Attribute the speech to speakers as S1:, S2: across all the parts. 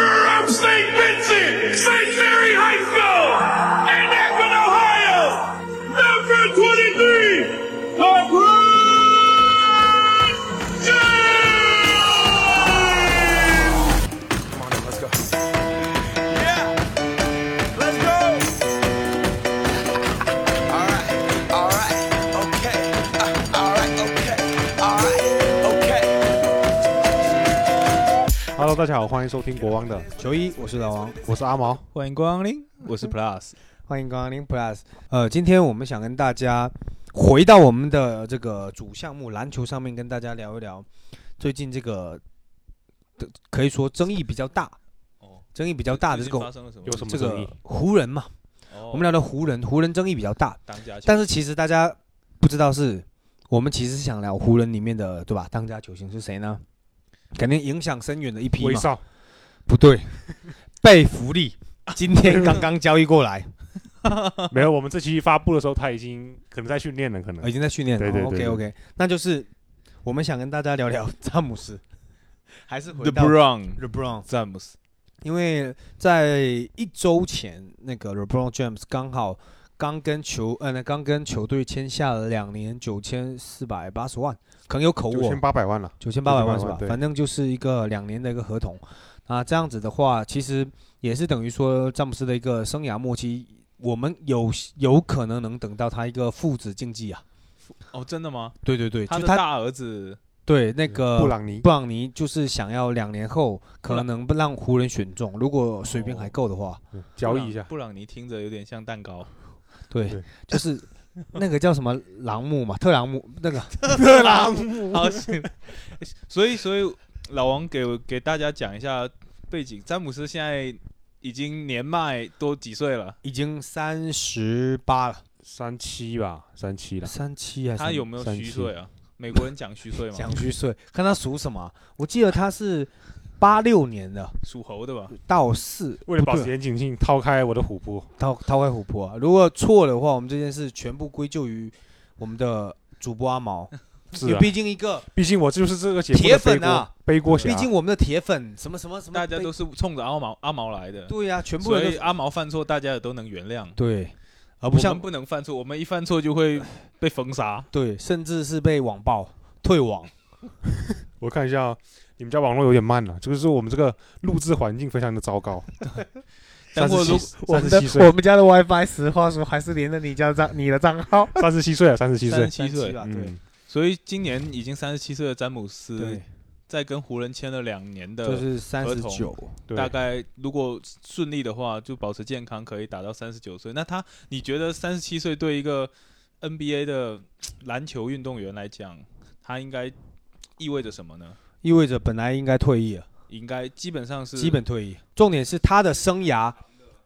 S1: from St. Vincent, St. Mary High School, Akron, Ohio, number 23, LaBron James!
S2: Come on, in, let's go. Yeah, let's go. All right, all right, okay. Uh, all right, okay, all right, okay.
S3: Hello，大家好，欢迎收听国王的球衣，我是老王，我是阿毛，
S4: 欢迎光临，我是 Plus。
S3: 欢迎光临 Plus。呃，今天我们想跟大家回到我们的这个主项目篮球上面，跟大家聊一聊最近这个的可以说争议比较大，
S4: 哦，
S3: 争议比较大的
S4: 最
S3: 这
S4: 近
S3: 个
S4: 发生了什么？有
S5: 什么
S3: 这
S5: 争议
S3: 个湖人嘛，
S4: 我
S3: 我们聊的湖人，湖人争议比较大，
S4: 当家球，
S3: 但是其实大家不知道是，我们其实是想聊湖人里面的对吧？当家球星是谁呢？肯定影响深远的一批
S5: 威
S3: 嘛。
S5: 少，
S3: 不对，贝弗利今天刚刚交易过来，
S5: 没有，我们这期发布的时候他已经可能在训练了，可
S3: 呃已
S5: 能
S3: 经在训练了。
S5: 嗯对对对
S3: OK OK，那就是我们想跟大家聊 聊詹姆斯，还是回
S4: The
S3: 到
S4: Brown
S3: LeBron，
S4: 詹姆斯，
S3: 因为在一周前，那个 LeBron James 刚好刚跟球呃，那刚跟球队签下了两年九千四百八十万，可能有口误哦，
S5: 八百万了，
S3: 九千八百万是
S5: 9800
S3: 吧
S5: 万？对
S3: 反正就是一个两年的一个合同。啊，这样子的话，其实也是等于说詹姆斯的一个生涯末期，我们有有可能能等到他一个父子竞技啊。
S4: 哦，真的吗？
S3: 对对对，
S4: 他
S3: 就
S4: 的
S3: 他
S4: 大儿子
S3: 对那个
S5: 布朗尼
S3: 布朗尼就是想要两年后可能不让湖人选中，如果水平还够的话，
S5: 嗯交易一下，
S4: 布朗布朗尼听着有点像蛋糕，
S3: 对
S5: 对，
S3: 就是那个叫什么 朗姆嘛，特朗姆那个
S4: 特朗普。好，行 所以所以老王给我给大家讲一下背景，詹姆斯现在已经年迈多几岁了？
S3: 已经三十八了，
S5: 三七吧，三七了，
S3: 三七还是
S4: 他有没有
S5: 三
S4: 虚
S5: 七
S4: 岁啊？美国人讲虚岁吗
S3: 讲？虚岁，看他属什么啊。我记得他是八六年的
S4: 属猴的吧？
S3: 道士，
S5: 为了
S3: 不
S5: 保
S3: 对
S5: 持严谨性，掏开我的琥 珀，
S3: 掏掏开琥珀啊。如果错的话，我们这件事全部归咎于我们的主播阿毛，因
S5: 是
S3: 为
S5: 啊，
S3: 毕竟一个，
S5: 毕竟我就是这个节目的
S3: 铁粉啊
S5: 背锅，背锅侠，
S3: 毕竟我们的铁粉什么什么什么，
S4: 大家都是冲着阿毛阿毛来的，
S3: 对呀、全部
S4: 所
S3: 人
S4: 以
S3: 都
S4: 阿毛犯错，大家也都能原谅。
S3: 对，而
S4: 我
S3: 不
S4: 们
S3: 像
S4: 不能犯错，我们一犯错就会被封杀。
S3: 对，甚至是被网暴退网。
S5: 我看一下哦，你们家网络有点慢了，就是我们这个录制环境非常的糟 糕，
S4: 但我如
S5: 3737岁
S3: 们家的 WiFi，实话说还是连着你家账你的账号，
S5: 三十七岁了，啊三十七岁
S4: 37，七岁
S3: 吧，对
S5: 嗯，
S4: 所以今年已经三十七岁的詹姆斯
S3: 嗯对，，
S4: 在跟湖人签了两年
S3: 就
S4: 的，
S3: 是三
S4: 合
S3: 十
S4: 同
S3: 九，
S5: 对
S4: 大概如果顺利的话，就保持健康，可以打到三十九岁。那他，你觉得三十七岁对一个 NBA 的篮球运动员来讲，他应该意味着什么呢？
S3: 意味着本来应该退役了。
S4: 应该基本上是
S3: 基本退役。重点是他的生涯，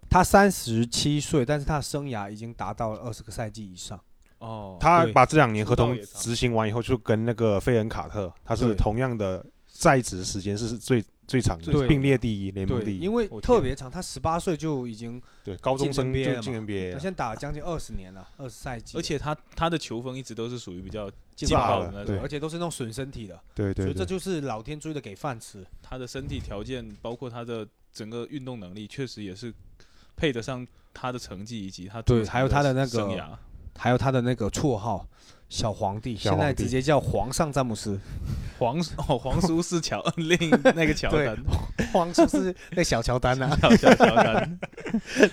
S3: 他三十七岁，但是他的生涯已经达到了二十个赛季以上。
S4: 哦，
S5: 他
S3: 对
S5: 把这两年合
S4: 出道
S5: 同
S4: 也长
S5: 执行完以后，就跟那个费恩卡特，他是
S3: 对
S5: 同样的在职时间是最最长
S4: 最
S5: 的，
S3: 长
S5: 并列第一，联盟
S3: 对，
S5: 第一。
S3: 因为
S4: 我天
S3: 特别长，他十八岁就已经
S5: 对，高中生
S3: 进 NBA
S5: 就
S3: 了
S5: 进 NBA
S3: 好
S5: 了，
S3: 啊像打了将近二十年了，二十赛季了，
S4: 而且他他的球风一直都是属于比较劲
S5: 大
S4: 爆
S5: 了
S4: 的那
S5: 对
S4: 种，
S3: 而且都是那种损身体的，
S5: 对对
S3: 所以这
S5: 对，
S3: 就是老天追的给饭吃。
S4: 他的身体条件，包括他的整个运动能力，确实也是配得上他的成绩以及他
S3: 对
S4: 整
S3: 还有他的那个
S4: 生涯。
S3: 还有他的那个绰号“小皇帝”，
S5: 小
S3: 现在
S5: 皇帝
S3: 直接叫皇上詹 姆斯。
S4: 黄 哦，黄叔是乔 另那 个乔丹，
S3: 皇叔是那小乔丹 啊，
S4: 乔乔乔丹。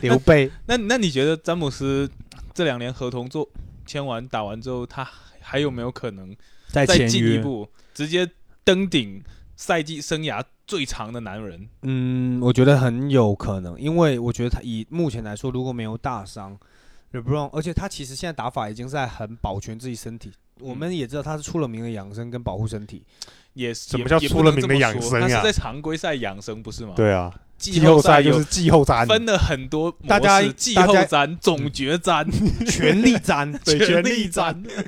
S3: 刘 备。
S4: 那那你觉得詹姆斯这两年合同做签完打完之后，他还有没有可能
S3: 再
S4: 再
S3: 签
S4: 进一
S3: 约，
S4: 步，直接登顶赛季生涯最长的男人？
S3: 嗯，我觉得很有可能，因为我觉得他以目前来说，如果没有大伤，LeBron，而且他其实现在打法已经在很保全自己身体。我们也知道他是出了名的养生跟保护身体，
S4: 也
S5: 什
S4: 什
S5: 么叫出了名的养生啊
S4: 他是在常规赛养生，不是吗？，
S5: 对啊，
S4: 季
S5: 季后赛
S4: 有
S5: 就是季后战，
S4: 分了很多模式，
S3: 大家
S4: 季
S3: 大
S4: 后
S3: 家
S4: 战、总决战、
S3: 全力战，
S5: 嗯 对
S4: 权
S5: 全
S4: 力
S5: 力
S4: 战
S5: 战，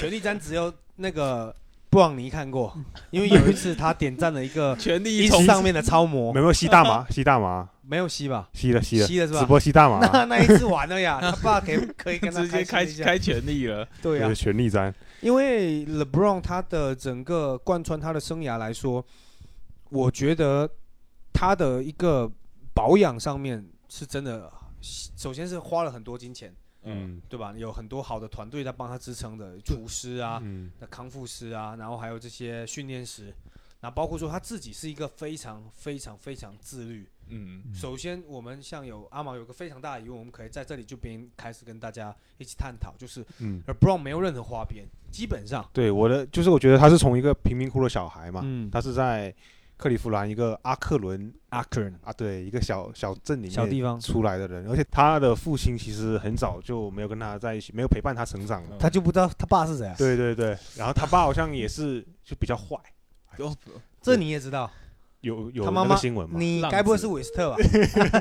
S3: 全力战只有那个布朗尼看过，
S5: 嗯
S3: 因为有一次他点赞了一 个
S4: 权力
S3: 一
S4: 一冲。
S3: 上面的超模
S5: 没，有吸大麻，吸大麻，
S3: 没有吸吧？
S5: 吸了吸了，
S3: 吸了是吧
S5: 直播吸大
S3: 那
S5: 麻，
S3: 那一次完了 呀，他爸可以可以跟他
S4: 直
S3: 开
S4: 接开
S3: 心一下，
S4: 开权力了，
S3: 对啊呀、
S5: 就是全力战，
S3: 因为 LeBron 他的整个贯穿他的生涯来说，我觉得他的一个保养上面是真的，首先是花了很多金钱，
S5: 嗯
S3: 对吧？有很多好的团队在帮他支撑的，厨师啊，
S5: 嗯
S3: 那康复师啊，然后还有这些训练师，然后包括说他自己是一个非常非常非常自律。
S4: 嗯
S3: 首先，我们像有阿毛有个非常大的疑问，我们可以在这里就边开始跟大家一起探讨，就是
S5: 嗯，
S3: 而 Brown 没有任何花边，基本上，
S5: 对，我的就是我觉得他是从一个贫民窟的小孩嘛，
S3: 嗯
S5: 他是在克利夫兰一个阿克伦
S3: a c r o n
S5: 啊，对，一个小小镇里面
S3: 小地方
S5: 出来的人，而且他的父亲其实很早就没有跟他在一起，没有陪伴他成长的。
S4: 嗯
S3: 他就不知道他爸是谁啊？
S5: 对对对，然后他爸好像也是就比较坏，
S4: 哦，
S3: 这你也知道，
S5: 有有
S3: 他妈
S5: 那
S3: 妈
S5: 个新闻嘛？
S3: 你
S4: 浪
S3: 该不会
S4: 子
S3: 是韦斯特 吧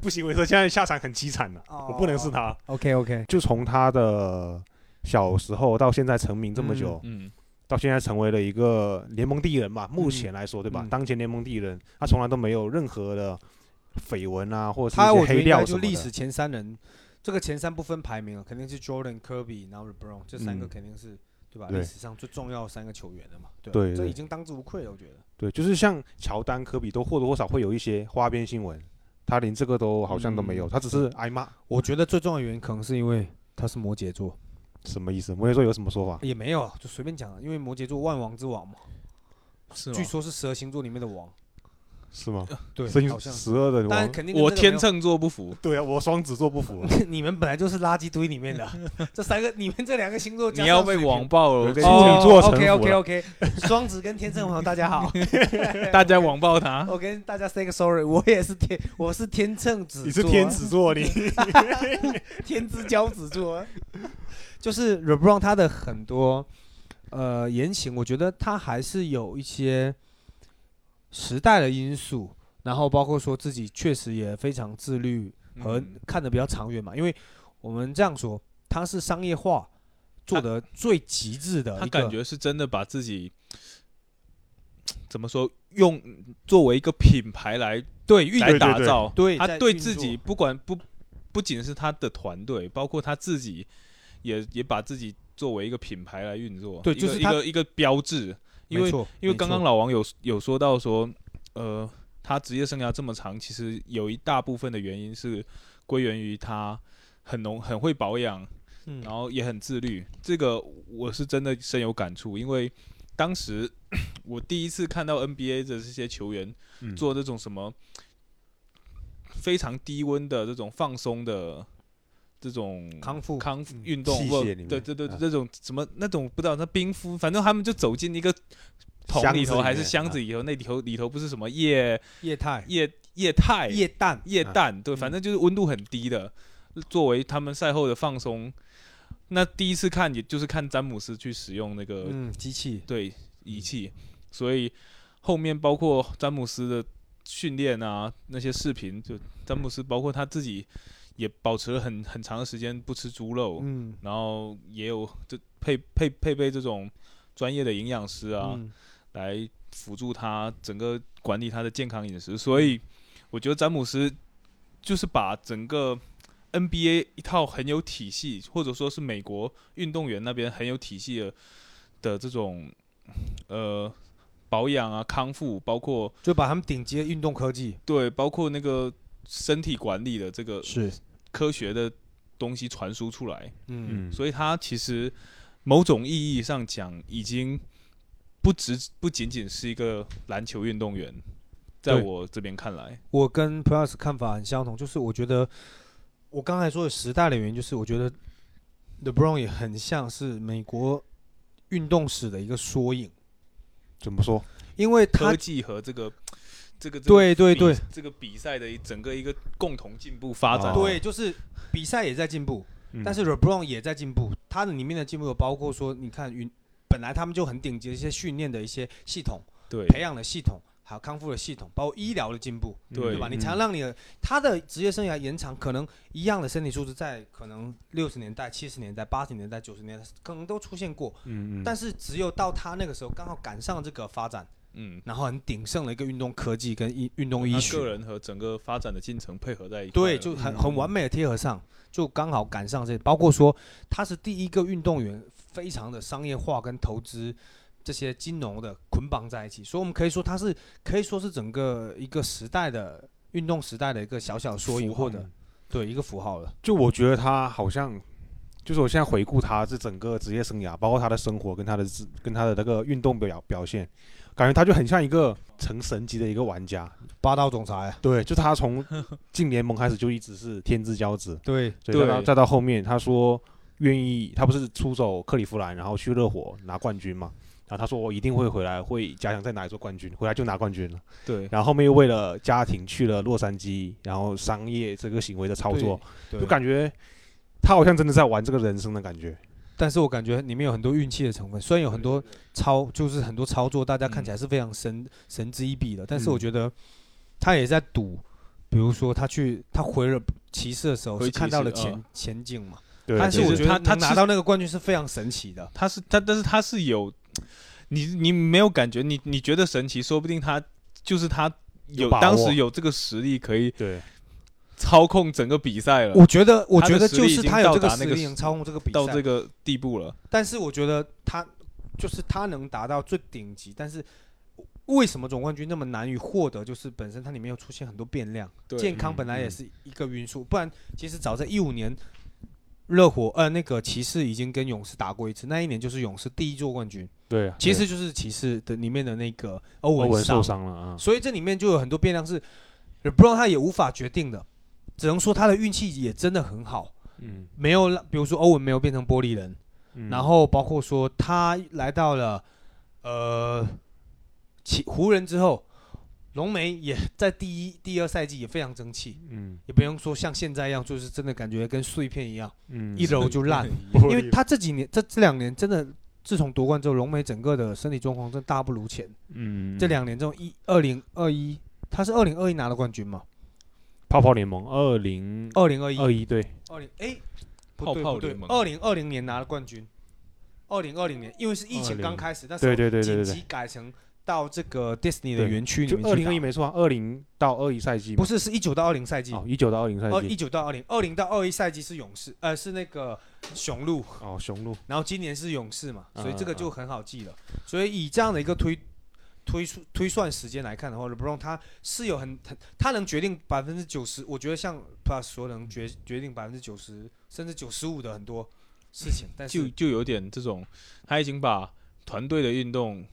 S5: 不行，我说现在下场很凄惨的，
S3: 哦
S5: 我不能是他。
S3: ？OK OK，
S5: 就从他的小时候到现在成名这么久，
S4: 嗯
S5: 到现在成为了一个联盟第一人吧，目前来说，对吧？
S3: 嗯
S5: 当前联盟第一人，他从来都没有任何的绯闻啊，或者是
S3: 他
S5: 一些
S3: 我觉得
S5: 黑
S3: 应该
S5: 料
S3: 就
S5: 什么
S3: 历
S5: 的
S3: 史。前三人，这个前三不分排名啊，肯定是 Jordan、Kirby，然后 LeBron 这三个
S5: 嗯
S3: 肯定是、对吧？
S5: 对
S3: 历史上最重要的三个球员了嘛，对吧
S5: 对
S3: 这
S5: 对
S3: 已经当之无愧了，我觉得。
S5: 对，就是像乔丹、科比都或多或少会有一些花边新闻，他连这个都好像都没有，
S3: 嗯
S5: 他只是挨骂，
S3: 我觉得最重要的原因可能是因为他是摩羯座，
S5: 什么意思？摩羯座有什么说法？
S3: 也没有啊，就随便讲啊，因为摩羯座万王之王嘛，
S4: 是吗
S3: 据？说是十二星座里面的王，
S5: 是吗？
S3: 对，
S5: 所以
S3: 呃好像是，
S5: 十二的
S3: 但
S5: 王，
S3: 肯定跟
S4: 我
S3: 这个没
S4: 天
S3: 有
S4: 秤座不服，
S5: 对啊，我双子座不服，
S3: 你们本来就是垃圾堆里面 的，这三个你们这两个星 座加
S4: 你
S3: 上
S4: 要被
S3: 水瓶哦
S4: 网爆了，
S5: 对
S4: 我
S5: 处女座臣服
S3: OK
S5: 了
S3: OK OK，双子跟天秤朋友大 家好，
S4: 大家网爆他。
S3: 我跟大家 say 个 sorry，我也是天，我是天秤子座，
S5: 你是天，子
S3: 啊
S5: 座，你
S3: 天之骄子座。 就是 LeBron 他的很多呃言行，我觉得他还是有一些时代的因素，然后包括说自己确实也非常自律和
S4: 嗯
S3: 看得比较长远嘛，因为我们这样说，他是商业化做
S4: 他
S3: 得最极致的
S4: 他
S3: 呃一个
S4: 感觉是真的把自己怎么说，用作为一个品牌来
S3: 对运
S4: 来
S5: 对
S4: 打
S5: 对
S4: 造，
S3: 对在
S4: 他对
S3: 运
S4: 自己
S3: 作
S4: 不管不不仅是他的团队，包括他自己也也把自己作为一个品牌来运作，
S3: 对
S4: 一
S3: 就
S4: 个
S3: 是
S4: 一
S3: 他
S4: 个一个标志，因为
S3: 没错
S4: 因为
S3: 没
S4: 刚
S3: 错
S4: 刚老王有有说到说，呃，他职业生涯这么长，其实有一大部分的原因是归源于他很浓很会保养，
S3: 嗯
S4: 然后也很自律。这个我是真的深有感触，因为当时 我第一次看到 NBA 的这些球员
S5: 嗯
S4: 做这种什么非常低温的这种放松的这种
S3: 康复
S4: 康复运
S5: 嗯器
S4: 动或
S5: 械里面
S4: 对对对
S5: 啊
S4: 这种什么那种不知道那冰敷，反正他们就走进一个桶
S5: 箱
S4: 里
S5: 子
S4: 头
S5: 里
S4: 还是
S5: 面
S4: 箱
S5: 啊
S4: 子里头，那里头里头不是什么液
S3: 液态
S4: 液液态
S3: 液氮
S4: 液氮，
S3: 嗯
S4: 对，反正就是温度很低的，作为他们赛后的放松。那第一次看，也就是看詹姆斯去使用那个
S3: 嗯机器
S4: 对仪器，所以后面包括詹姆斯的训练啊，那些视频，就詹姆斯包括他自己也保持了很很长的时间不吃猪肉，
S3: 嗯
S4: 然后也有就配配配备这种专业的营养师啊，
S3: 嗯
S4: 来辅助他整个管理他的健康饮食。所以我觉得詹姆斯就是把整个 NBA 一套很有体系，或者说是美国运动员那边很有体系的的这种呃保养啊、康复，包括
S3: 就把他们顶级的运动科技
S4: 对，包括那个身体管理的这个
S3: 是
S4: 科学的东西传输出来。
S3: 嗯
S5: 嗯，
S4: 所以他其实某种意义上讲，已经不只不仅仅是一个篮球运动员，在
S3: 对
S4: 我这边看来，
S3: 我跟 Plus 看法很相同，就是我觉得我刚才说的时代的原因，就是我觉得 LeBron 也很像是美国运动史的一个缩影，
S5: 怎么说？
S3: 因为他
S4: 科技和这个这个
S3: 对对对，
S4: 这个比这个比赛的一整个一个共同进步发展，
S5: 哦
S3: 对，就是比赛也在进步，
S5: 嗯
S3: 但是 LeBron 也在进步，他的里面的进步有包括说，你看运本来他们就很顶级的一些训练的一些系统、
S4: 对
S3: 培养的系统，还有康复的系统，包括医疗的进步，
S4: 对
S3: 对吧？你
S5: 嗯
S3: 才能让你的他的职业生涯延长，可能一样的身体素质，在可能六十年代、七十年代、八十年代、九十年代可能都出现过，
S5: 嗯嗯，
S3: 但是只有到他那个时候刚好赶上这个发展，
S4: 嗯，
S3: 然后很鼎盛的一个运动科技跟医运动医
S4: 他
S3: 学，
S4: 个人和整个发展的进程配合在一块嗯了，
S3: 对，就很很完美的贴合上，就刚好赶上这，包括说他是第一个运动员，非常的商业化跟投资这些金融的捆绑在一起，所以我们可以说他是可以说是整个一个时代的运动时代的一个小小缩影，或者对一个符号了。
S5: 就我觉得他好像，就是我现在回顾他这整个职业生涯，包括他的生活跟他的自跟他的那个运动表表现，感觉他就很像一个成神级的一个玩家。
S3: 霸道总裁，啊
S5: 对，就他从进联盟开始就一直是天之骄子，
S3: 对
S5: 所以再到
S4: 对
S5: 再到后面他说愿意，他不是出走克利夫兰，然后去热火拿冠军嘛。然后他说我一定会回来，会加强再拿一座冠军，回来就拿冠军了。
S4: 对，
S5: 然后后面又为了家庭去了洛杉矶，然后商业这个行为的操作，
S3: 对，
S5: 就感觉他好像真的在玩这个人生的感觉。
S3: 但是我感觉里面有很多运气的成分，虽然有很多操，就是很多操作，大家看起
S4: 嗯
S3: 来是非常神、神之一笔的，但是
S5: 嗯
S3: 我觉得他也在赌，比如说他去他回了骑士的时候
S4: 回
S3: 是看
S4: 骑
S3: 到
S4: 士
S3: 了
S4: 呃
S3: 前、前景嘛，
S5: 对
S3: 但是
S4: 对
S3: 我觉
S4: 对他
S3: 得
S4: 他
S3: 能拿
S4: 是
S3: 到那个冠军是非常神奇的，
S4: 他是他，但是他是有，你你没有感觉，你你觉得神奇，说不定他就是他有
S5: 有把握
S4: 当时有这个实力可以
S5: 对
S4: 操控整个比赛了，
S3: 我觉得我
S4: 他
S3: 觉
S4: 的
S3: 得
S4: 实
S3: 就
S4: 力已
S3: 是
S4: 经
S3: 他有
S4: 到
S3: 这个
S4: 达那
S3: 实
S4: 个
S3: 力
S4: 时
S3: 能操控这个比
S4: 到
S3: 赛
S4: 这，个地步了。
S3: 但是我觉得他就是他能达到最顶级，但是为什么总冠军那么难于获得？就是本身它里面又出现很多变量，
S4: 对
S3: 健康本来也
S5: 嗯
S3: 是一个因素，不然其实早在一五年，热火呃那个骑士已经跟勇士打过一次，那一年就是勇士第一座冠军，
S5: 对，
S3: 其实就是骑士的里面的那个欧
S5: 欧文
S3: 文
S5: 受伤了啊，
S3: 所以这里面就有很多变量是 LeBron 他也无法决定的，只能说他的运气也真的很好，
S5: 嗯，
S3: 没有让比如说欧文没有变成玻璃人。然后包括说他来到了呃其湖人之后，浓眉也在第一、第二赛季也非常争气，
S5: 嗯
S3: 也不用说像现在一样，就是真的感觉跟碎片一样，
S5: 嗯，
S3: 一揉就 烂。因为他这几年这这两年真的。自从夺冠之后，浓眉整个的身体状况真大不如前。
S5: 嗯
S3: 这两年这种一二零二一，他是二零二一拿的冠军嘛？
S5: 泡泡联盟二零
S3: 二零二一，
S5: 二一对
S3: 二零哎，不
S4: 泡
S3: 对
S4: 泡
S3: 不对
S4: 联，盟
S3: 二零二零年拿了冠军，二零二零年因为是疫情
S5: 20
S3: 刚开始，那时候
S5: 对对对对
S3: 紧
S5: 对
S3: 急改成到这个 Disney 的
S5: 对
S3: 园区里
S5: 对，
S3: 面
S5: 就二零二一
S3: 去
S5: 没错啊，二零到二一赛季
S3: 打，
S5: 嘛
S3: 不是是一九到二零赛季，
S5: 哦，一九到二零赛
S3: 二一
S5: 季
S3: 九到二零，二零到二一赛季是勇士，呃是那个雄鹿，
S5: 哦，雄鹿
S3: 然后今年是勇士嘛，
S5: 嗯
S3: 所以这个就很好记了。所以以这样的一个推推出推算时间来看的话，LeBron 他是有很很他能决定百分之九十，我觉得像 Plus 所能决决定百分之九十甚至九十五的很多事
S5: 嗯
S3: 情，但
S4: 就是就有点这种，他已经把团队的运动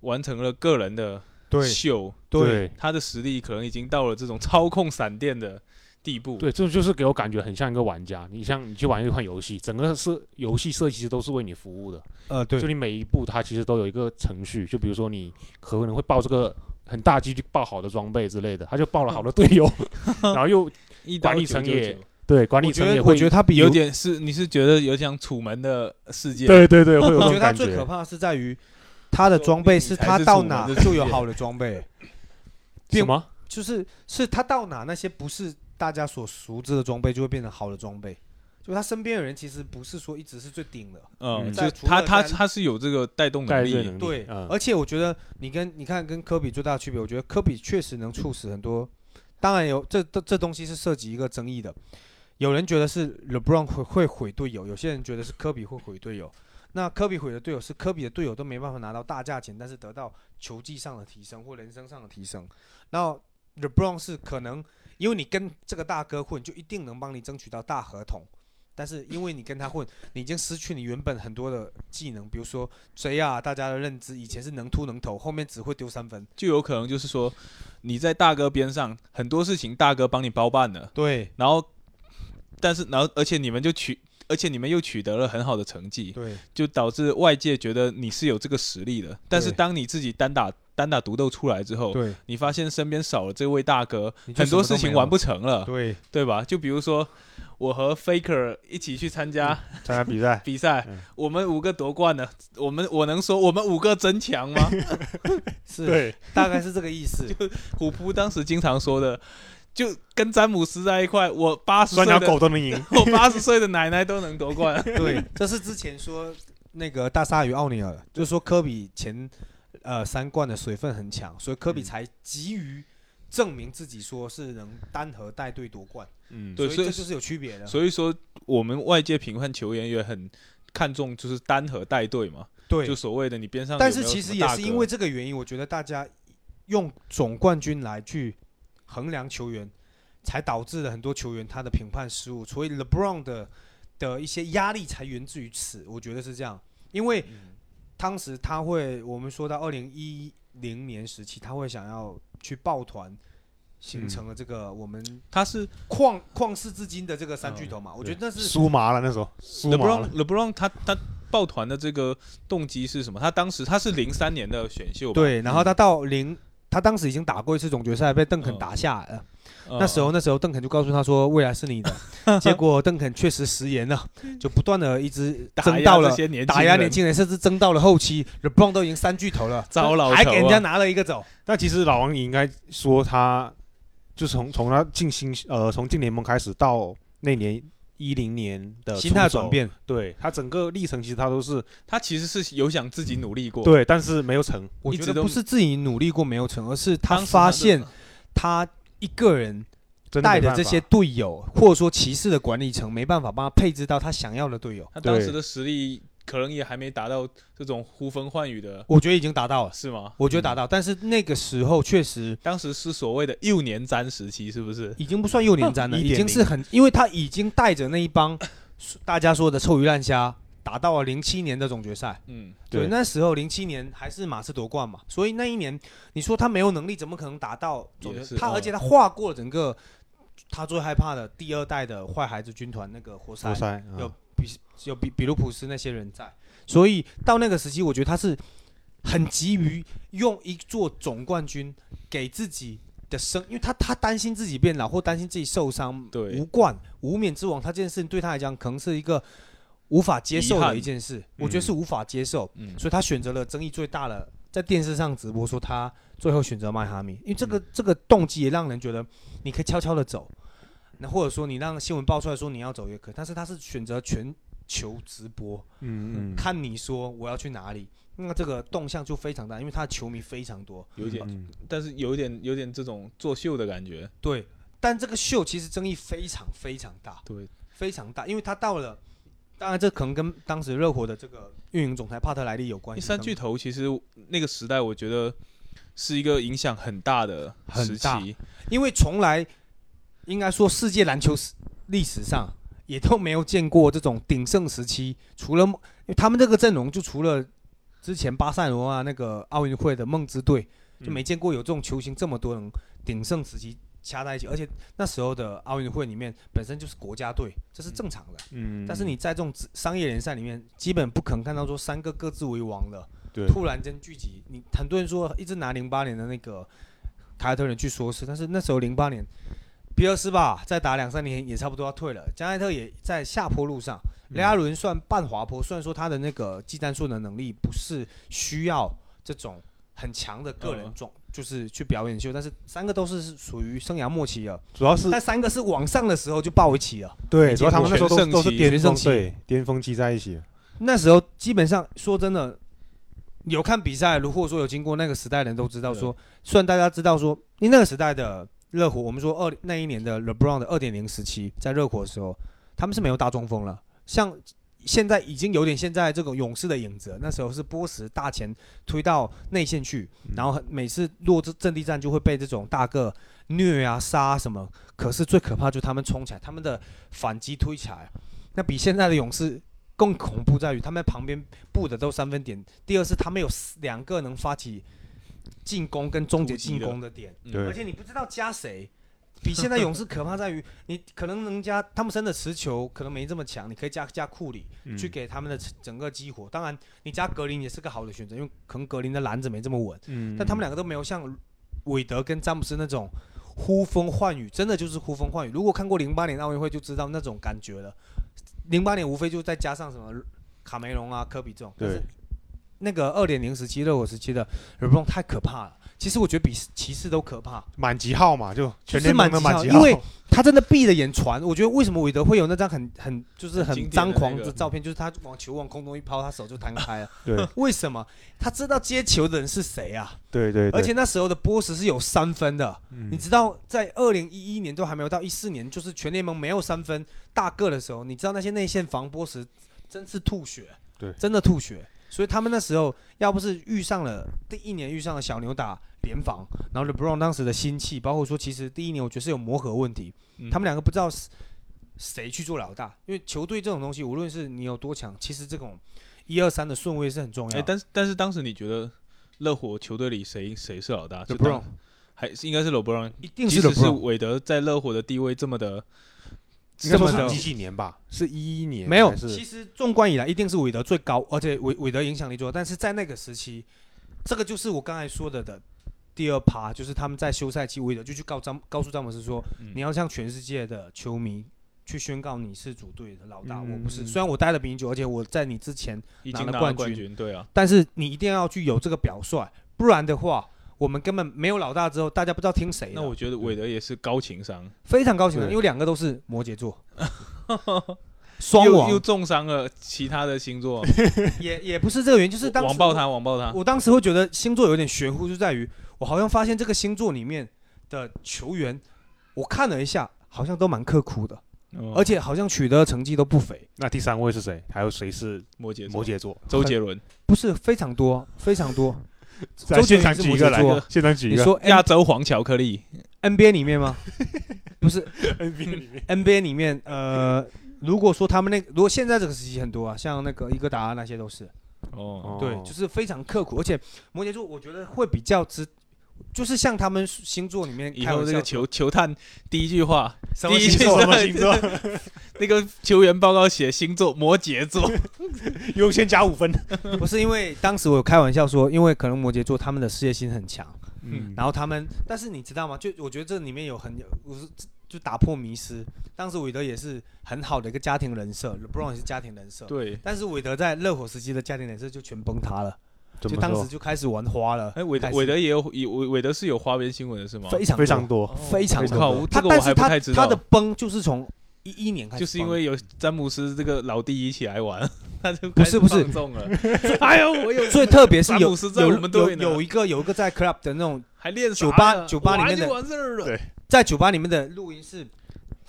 S4: 完成了个人的秀，
S3: 对
S4: 他的实力可能已经到了这种操控闪电的地步。
S5: 对，这就是给我感觉很像一个玩家。你像你去玩一款游戏，整个设游戏设计其实都是为你服务的，
S3: 呃对
S5: 就你每一步它其实都有一个程序。就比如说你可能会爆这个很大几率爆好的装备之类的，他就爆了好的队 友，然后又
S4: 一刀
S5: 管理层
S4: 九九
S5: 也
S4: 九
S5: 对管理
S3: 我觉
S5: 层也
S3: 得
S5: 会
S3: 我觉得他比
S4: 有点是，你是觉得有点像楚门的世界，
S5: 对对对，会有
S3: 我
S5: 这
S3: 觉
S5: 种
S3: 得他
S5: 感
S3: 最可
S5: 觉。
S3: 怕的是在于他的装备是他到哪
S4: 你才是
S3: 就有好的装备，
S5: 什么？
S3: 就是是他到哪那些不是大家所熟知的装备就会变成好的装备。就他身边的人其实不是说一直是最顶的，
S4: 嗯，
S5: 嗯
S4: 就
S3: 在
S4: 是他
S3: 除了
S4: 他
S3: 在
S4: 他是有这个带动
S5: 带
S4: 能
S5: 队
S4: 力
S5: 能，力，
S3: 对。
S5: 嗯
S3: 而且我觉得你跟你看跟科比最大的区别，我觉得科比确实能促使很多，当然有这这这东西是涉及一个争议的，有人觉得是 LeBron 会会毁队友，有些人觉得是科比会毁队友。那科比毁的队友是科比的队友都没办法拿到大价钱，但是得到球技上的提升或人生上的提升。那 LeBron 是可能因为你跟这个大哥混，就一定能帮你争取到大合同。但是因为你跟他混，你已经失去你原本很多的技能，比如说 JR 啊大家的认知，以前是能突能投，后面只会丢三分。
S4: 就有可能就是说你在大哥边上，很多事情大哥帮你包办了，
S3: 对
S4: 然后但是然后而且你们就取，而且你们又取得了很好的成绩，
S3: 对
S4: 就导致外界觉得你是有这个实力的。但是当你自己单打单打独斗出来之后，
S3: 对
S4: 你发现身边少了这位大哥
S3: 你，就
S4: 很多
S3: 什
S4: 事
S3: 么都
S4: 情
S3: 没有
S4: 完不成了，
S3: 对，
S4: 对吧？就比如说我和 Faker 一起去参加
S5: 参加比赛
S4: 比赛，
S5: 嗯
S4: 我们五个夺冠了，我们我能说我们五个真强 吗？
S3: 是， 大概是这个意思。
S4: 虎扑当时经常说的，就跟詹姆斯在一块，我八十岁
S5: 拴条
S4: 的
S5: 狗都能赢，
S4: 我八十岁的奶奶都能夺冠，
S3: 对，这是之前说那个大鲨鱼奥尼尔，就是说科比前呃三冠的水分很强，所以科比
S5: 嗯
S3: 才急于证明自己，说是能单核带队夺冠。
S5: 嗯，
S4: 对
S3: 所以
S4: 所以
S3: 这就是有区别的。
S4: 所以说我们外界评判球员也很看重就是单核带队嘛，
S3: 对
S4: 就，所谓的你边上有没
S3: 但
S4: 有什
S3: 是
S4: 么大哥，
S3: 其实也是因为这个原因，我觉得大家用总冠军来去衡量球员，才导致了很多球员他的评判失误。所以 LeBron 的的一些压力才源自于此，我觉得是这样。因为
S4: 嗯
S3: 当时他会，我们说到二零一零年时期，他会想要去抱团，
S4: 嗯
S3: 形成了这个我们
S4: 他是
S3: 旷旷世至今的这个三巨头
S4: 嗯
S3: 嘛。我觉得那是
S5: 输麻了那时候，输麻
S4: LeBron
S5: 了。
S4: LeBron 他他抱团的这个动机是什么？他当时他是零三年的选秀吧，
S3: 对，然后他到零，他当时已经打过一次总决赛，被邓
S4: 嗯
S3: 肯打下来了。
S4: 呃，
S3: 那时候，那时候邓肯就告诉他说，未来是你的。结果邓肯确实食言了，就不断的一直
S4: 打
S3: 争
S4: 压
S3: 到
S4: 这
S3: 了
S4: 些年
S3: 打
S4: 轻
S3: 压
S4: 人
S3: 年轻人，甚至争到了后期，LeBron 都已经三巨头了，
S4: 糟老
S3: 还
S4: 头
S3: 给人家
S4: 啊
S3: 拿了一个走。
S5: 但其实老王你应该说他，就从从他进新呃从进联盟开始到那年一零年的
S3: 心态
S5: 呃出手
S3: 转，变，
S5: 对他整个历程其实他都是
S4: 他其实是有想自己努力过，，
S5: 对，但是没有成。
S3: 我
S4: 一
S3: 觉
S4: 直
S3: 得
S4: 都
S3: 不是自己努力过没有成，而是他
S4: 当时
S3: 发
S4: 的嗯
S3: 现他一个人
S5: 真的
S3: 带
S5: 没
S3: 着
S5: 办
S3: 这些
S5: 法，
S3: 队友，或者说骑士的管理层没办法帮他配置到他想要的队友。
S4: 他当时
S5: 对
S4: 的实力可能也还没达到这种呼风唤雨的，
S3: 我觉得已经达到了，
S4: 是吗？
S3: 我觉得达到，但是那个时候确实
S4: 当时是所谓的幼年詹时期，是不是？
S3: 已经不算幼年战了，
S5: 1.0
S3: 已经是很，因为他已经带着那一帮 大家说的臭鱼烂虾，打到了零七年的总决赛。
S4: 嗯，
S5: 对
S3: 对，那时候零七年还是马刺夺冠嘛，所以那一年你说他没有能力，怎么可能达到总决
S4: 也是
S3: 赛？他
S4: 嗯
S3: 而且他跨过整个他最害怕的第二代的坏孩子军团那个活塞
S5: 活，塞
S3: 有
S5: 啊
S3: 比有比比卢普斯那些人在，所以到那个时期，我觉得他是很急于用一座总冠军给自己的生，因为他他担心自己变老或担心自己受伤，
S4: 对
S3: 无冠无冕之王，他这件事情对他来讲可能是一个无法接受
S4: 遗
S3: 的
S4: 憾
S3: 一件事，我觉得是无法接受，
S4: 嗯
S3: 所以他选择了争议最大的，在电视上直播说他最后选择迈哈密，因为这个、
S4: 嗯
S3: 这个动机也让人觉得你可以悄悄的走，那或者说你让新闻爆出来说你要走也可以，但是他是选择全球直播，
S5: 嗯嗯，
S3: 看你说我要去哪里，那这个动向就非常大，因为他的球迷非常多。
S4: 有一点，
S5: 嗯
S4: 但是有一点有点这种作秀的感觉，
S3: 对，但这个秀其实争议非常非常大，
S4: 对，
S3: 非常大，因为他到了，当然这可能跟当时热火的这个运营总裁帕特莱利有关
S4: 因为
S3: 系。
S4: 三巨头其实那个时代，我觉得是一个影响很大的
S3: 很
S4: 时
S3: 大
S4: 期。
S3: 因为从来应该说世界篮球史历史上也都没有见过这种鼎盛时期，除了因为他们这个阵容，就除了之前巴塞罗那那个奥运会的梦之队，就没见过有这种球星这么多人鼎盛时期掐在一起，而且那时候的奥运会里面本身就是国家队，这是正常的。
S5: 嗯，
S3: 但是你在这种商业联赛里面，基本不可能看到说三个各自为王的，
S5: 对
S3: 突然间聚集。你很多人说一直拿零八年的那个凯尔特人去说事，但是那时候零八年比尔斯吧，再打两三年也差不多要退了，加内特也在下坡路上，雷阿伦算半滑坡，虽然说他的那个技战术的能力不是需要这种很强的个人
S4: 嗯
S3: 状，就是去表演秀，但是三个都是属于生涯末期了，
S5: 主要是
S3: 但三个是往上的时候就抱一起了。
S5: 对，
S3: 没
S5: 主要
S3: 见
S5: 他们那时候
S4: 过
S5: 都
S4: 全
S5: 都
S4: 盛
S5: 是
S4: 期
S5: 巅
S3: 全
S5: 峰
S3: 盛期
S5: 对巅峰期在一起，
S3: 那时候基本上说真的，有看比赛，如或者说有经过那个时代的人都知道说，虽然大家知道说，因为那个时代的热火，我们说二那一年的 LeBron 的二点零时期，在热火的时候，他们是没有大中锋了，像现在已经有点现在这种勇士的影子了。那时候是波什大前推到内线去，然后很每次落这阵地战就会被这种大个虐啊杀啊什么。可是最可怕就是他们冲起来，他们的反击推起来，那比现在的勇士更恐怖在于他们旁边布的都三分点。第二是他们有四两个能发起进攻跟终结
S4: 突击
S3: 进
S4: 的
S3: 攻的点，而
S5: 对，
S3: 且你不知道加谁。比现在勇士可怕在于，你可能人家汤普森的持球可能没这么强，你可以加加库里
S5: 嗯
S3: 去给他们的整个激活。当然，你加格林也是个好的选择，因为可能格林的篮子没这么稳，
S5: 嗯
S3: 但他们两个都没有像韦德跟詹姆斯那种呼风唤雨，真的就是呼风唤雨。如果看过零八年奥运会就知道那种感觉了。零八年无非就再加上什么卡梅隆啊、科比这种，但是
S5: 对
S3: 那个二点零时期、热火时期的 LeBron 太可怕了。其实我觉得比骑士都可怕，
S5: 满级号嘛，就全
S3: 是
S5: 联盟的
S3: 满级
S5: 级
S3: 号
S5: 号，
S3: 因为他真的闭着眼传。我觉得为什么韦德会有那张很很就是
S4: 很经
S3: 很
S4: 典
S3: 张
S4: 的
S3: 狂
S4: 那
S3: 的
S4: 个
S3: 照片，就是他往球往空中一抛，他手就摊开了。
S5: 对
S3: 为什么？他知道接球的人是谁啊？
S5: 对对，
S3: 而且那时候的波什是有三分的，
S5: 你
S4: 嗯
S3: 你知道，在二零一一年都还没有到一四年，就是全联盟没有三分大个的时候，你知道那些内线防波时真是吐血，
S5: 对
S3: 真的吐血。所以他们那时候要不是遇上了第一年遇上了小牛打联防，然后 LeBron 当时的心气，包括说其实第一年我觉得是有磨合问题，
S4: 嗯
S3: 他们两个不知道是谁去做老大，因为球队这种东西，无论是你有多强，其实这种一二三的顺位是很重要
S4: 哎、
S3: 的。
S4: 但是但是当时你觉得热火球队里谁谁是老大？就
S3: LeBron
S4: 当还是应该是 LeBron，
S3: 一定
S4: 即
S3: 是
S4: 使是
S3: LeBron，
S4: 韦德在热火的地位这么的，
S5: 应该说
S3: 这么
S5: 是
S3: 的
S5: 几几年吧？是一一年
S3: 没有，
S5: 还
S3: 其
S5: 是
S3: 实纵观以来一定是韦德最高，而且韦韦德影响力最大。但是在那个时期，这个就是我刚才说的的第二趴，就是他们在休赛期，韦德就去告詹告诉詹姆斯说，
S4: 嗯
S3: 你要向全世界的球迷去宣告你是组队的老大，我不是。
S5: 嗯
S3: 虽然我待的比你久，而且我在你之前，
S4: 已经
S3: 拿了
S4: 拿
S3: 冠
S4: 冠
S3: 军
S4: 军，对啊，
S3: 但是你一定要去有这个表率，不然的话，我们根本没有老大之后，大家不知道听谁的。
S4: 那我觉得韦德也是高情商，
S3: 非常高兴的，啊
S5: 对
S3: 因为两个都是摩羯 座，双
S4: 又
S3: 王
S4: 又重伤了其他的星座，
S3: 也也不是这个原因，就是 当时
S4: 网爆他，网爆他，
S3: 我当时会觉得星座有点玄乎，就在于我好像发现这个星座里面的球员，我看了一下，好像都蛮刻苦的，
S4: 嗯
S3: 而且好像取得的成绩都不菲，
S5: 那第三位是谁？还有谁是
S4: 摩羯
S5: 摩
S4: 摩羯
S5: 羯座？
S4: 周杰伦
S3: 不是非常多，非 常多。
S5: 来
S3: 周杰
S5: 现
S3: 伦
S5: 场
S3: 是
S5: 举一
S3: 摩
S5: 个
S3: 羯
S5: 来
S3: 座，，
S5: 现场举
S3: 你
S5: 一个。
S3: 说 N
S4: 亚洲黄巧克力，
S3: NBA 里面吗？ 不是
S5: NBA 里面
S3: NBA 里面，呃，如果说他们那如果现在这个时期很多啊，像那个伊戈达那些都是，
S4: 哦，
S3: 对，就是非常刻苦，而且摩羯座我觉得会比较知，就是像他们星座里面
S4: 以
S3: 开
S4: 后
S3: 玩
S4: 这
S3: 笑
S4: 个球球探第一句话，
S3: 什
S4: 第
S3: 么
S4: 一
S3: 星
S4: 句
S3: 座
S5: 什么星座？
S4: 那个球员报告写星座摩 羯座，
S5: 优先加五分。
S3: 不是因为当时我有开玩笑说，因为可能摩羯座他们的事业心很强，
S5: 嗯，
S3: 然后他们，但是你知道吗？就我觉得这里面有很有，我是就打破迷思。当时韦德也是很好的一个家庭人设，LeBron 也是家庭人设，
S4: 对，
S3: 但是韦德在热火时期的家庭人设就全崩塌了，
S5: 怎
S3: 就
S5: 么
S3: 当时
S5: 说？
S3: 就开始玩花了。
S4: 哎，韦德
S3: 开始
S4: 韦德也有以韦韦德是有花边新闻的是吗？
S3: 非常
S5: 非常
S3: 多，
S5: 多。
S3: 非常
S4: 我
S3: 多。
S4: 靠，
S3: 他但
S4: 这个我
S3: 是
S4: 还不
S3: 他
S4: 太知
S3: 他
S4: 道
S3: 的，崩就是从一一年开始崩，
S4: 就是因为有詹姆斯这个老弟一起来玩， 他就
S3: 不是不是
S4: 中 了，哎呦，我有
S3: 最特别是
S4: 詹
S3: 有
S4: 姆斯在
S3: 有
S4: 我们
S3: 有
S4: 队呢
S3: 有一个有一个在 club 的那种
S4: 还练啥
S3: 酒吧
S4: 呀
S3: 酒吧里
S4: 玩
S3: 面的
S4: 就完事儿了，
S5: 对
S3: 在酒吧里面的录音室，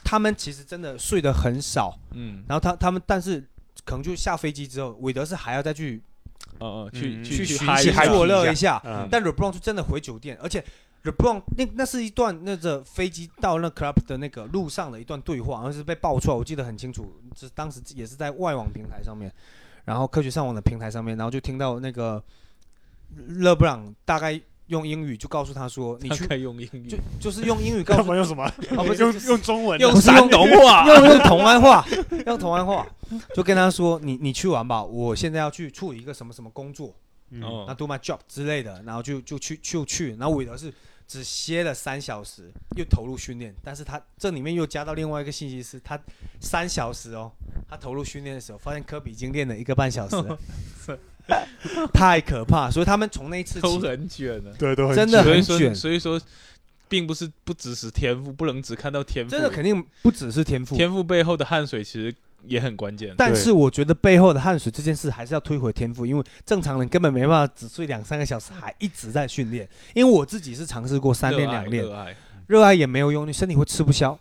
S3: 他们其实真的睡得很少，
S4: 嗯，
S3: 然后他他们但是可能就下飞机之后，韦德是还要再去
S4: 哦哦，
S5: 嗯
S4: 去
S5: 去
S4: 去
S5: 寻
S4: 嗨
S5: 一下
S3: 作乐一下，
S5: 嗯，
S3: 但 LeBron 就真的回酒店，而且 LeBron 那那是一段那个飞机到那 club 的那个路上的一段对话，好像是被爆出来，我记得很清楚，这当时也是在外网平台上面，然后科学上网的平台上面，然后就听到那个勒布朗大概用英语就告诉他说，你
S4: 他
S3: 去
S4: 可以用英语
S3: 就，就是用英语告
S5: 干
S3: 诉
S5: 嘛用什么？
S3: 哦不是
S5: 用
S3: 就是
S5: 用中文的？
S4: 用山东 话，
S3: 用用同安话，用同安话，就跟他说你你去玩吧，我现在要去处理一个什么什么工作，
S5: 嗯，
S3: 那
S4: 哦，
S3: do my job 之类的，然后就就去就去，然后韦德是只歇了三小时，又投入训练，但是他这里面又加到另外一个信息是，他三小时哦，他投入训练的时候发现科比已经练了一个半小时了太可怕，所以他们从那一次
S4: 都
S3: 起，
S4: 很卷的，
S5: 对，都很
S3: 真的
S4: 所以
S3: 很
S4: 说
S3: 卷，
S4: 所以说，并不是不只是天赋，不能只看到天赋，
S3: 真的肯定不只是天赋，
S4: 天赋背后的汗水其实也很关键。
S3: 但
S5: 对
S3: 是我觉得背后的汗水这件事还是要推回天赋，因为正常人根本没办法只睡两三个小时还一直在训练。因为我自己是尝试过三
S4: 热
S3: 练
S4: 爱
S3: 两练，
S4: 热爱
S3: 热爱也没有用，你身体会吃不消。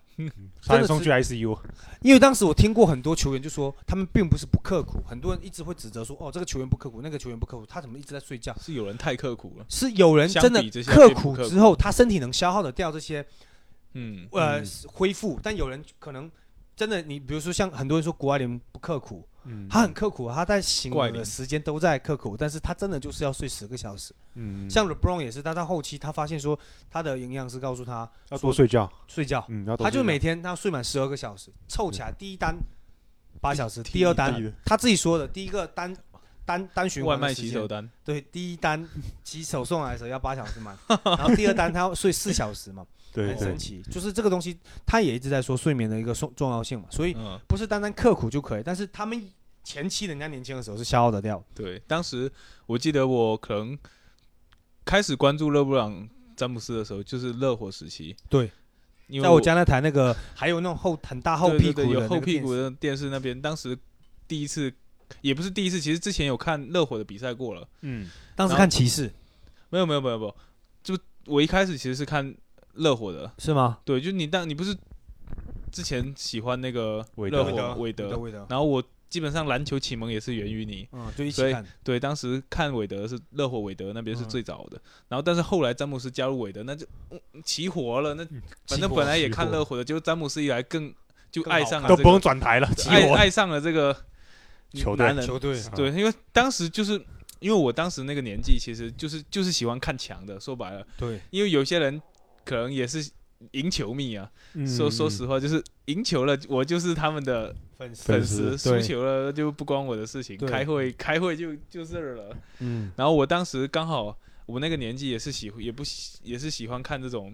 S5: 差点
S3: 真的
S5: 送
S3: 是
S5: 去 ICU。
S3: 因为当时我听过很多球员就说，他们并不是不刻苦，很多人一直会指责说，哦，这个球员不刻苦，那个球员不刻苦，他怎么一直在睡觉？
S4: 是有人太刻苦了，
S3: 是有人真的
S4: 相比之下
S3: 刻
S4: 并不
S3: 苦
S4: 刻苦
S3: 之后，他身体能消耗得掉这些
S4: 嗯，
S3: 呃
S5: 嗯
S3: 恢复，但有人可能真的你比如说像很多人说国外联盟不刻苦，
S5: 嗯
S3: 他很刻苦啊，他在醒
S4: 怪
S3: 我
S4: 你
S3: 的时间都在刻苦，但是他真的就是要睡十个小时。
S5: 嗯，
S3: 像 LeBron 也是，他到后期他发现说，他的营养师告诉他
S5: 要多睡觉，
S3: 睡觉，
S5: 嗯，要多
S3: 他就
S5: 睡
S3: 每
S5: 觉
S3: 天他睡满十二个小时，凑起来第一单八小时，
S5: 第
S3: 第
S5: 第一
S3: 二单
S5: 单
S3: 他自己说的，第一个单单单循
S4: 外
S3: 环的
S4: 卖
S3: 时
S4: 骑
S3: 间
S4: 手单，
S3: 对，第一单骑手送来的时候要八小 时嘛，然后第二单他要睡四小时嘛，
S5: 对
S3: 很
S5: 对
S3: 神，奇，就是这个东西他也一直在说睡眠的一个重重要性嘛，所以
S4: 嗯，
S3: 不是单单刻苦就可以，但是他们前期人家年轻的时候是消耗得掉的。
S4: 对，当时我记得我可能开始关注勒布朗詹姆斯的时候，就是热火时期，
S3: 对，
S4: 因为
S3: 在我家那台那个，还有那种厚很大厚
S4: 对
S3: 屁
S4: 对对
S3: 股的
S4: 有后屁股
S3: 的，
S4: 的电视那边，当时第一次也不是第一次，其实之前有看热火的比赛过了，
S5: 嗯，
S3: 当时看骑士
S4: 没有没有没有没有，就我一开始其实是看热火的，
S3: 是吗？
S4: 对，就你当你不是之前喜欢那个
S5: 韦德
S4: 热火
S3: 韦
S4: 韦
S3: 德
S4: 德，
S3: 韦德，
S4: 然后我基本上篮球启蒙也是源于你。
S3: 嗯，就一
S4: 所
S3: 起
S4: 以
S3: 看，
S4: 对，当时看韦德是热火，韦德那边是
S3: 嗯
S4: 最早的。然后，但是后来詹姆斯加入韦德，那就、嗯起火了。那反
S5: 起
S4: 正
S5: 火
S4: 本来也
S5: 起
S4: 看
S5: 火
S4: 热火的，结果詹姆斯一来更就
S3: 更
S4: 爱
S3: 好
S4: 上了、
S5: 都
S3: 看
S4: 这个，哎
S5: 不用转台了，起
S4: 爱
S5: 火
S4: 爱上了这个
S5: 球队
S4: 男人。
S3: 球队啊
S4: 对，因为当时就是因为我当时那个年纪，其实就是就是喜欢看强的。说白了，
S3: 对，
S4: 因为有些人可能也是赢球迷啊。
S5: 嗯
S4: 说说实话，就是赢球了，我就是他们的
S3: 粉丝
S4: 粉
S5: 粉丝
S4: 丝；输
S5: 对
S4: 球了就不关我的事情。
S3: 对
S4: 开会开会就就事儿了。
S5: 嗯，
S4: 然后我当时刚好我那个年纪也是喜也不喜也是喜欢看这种，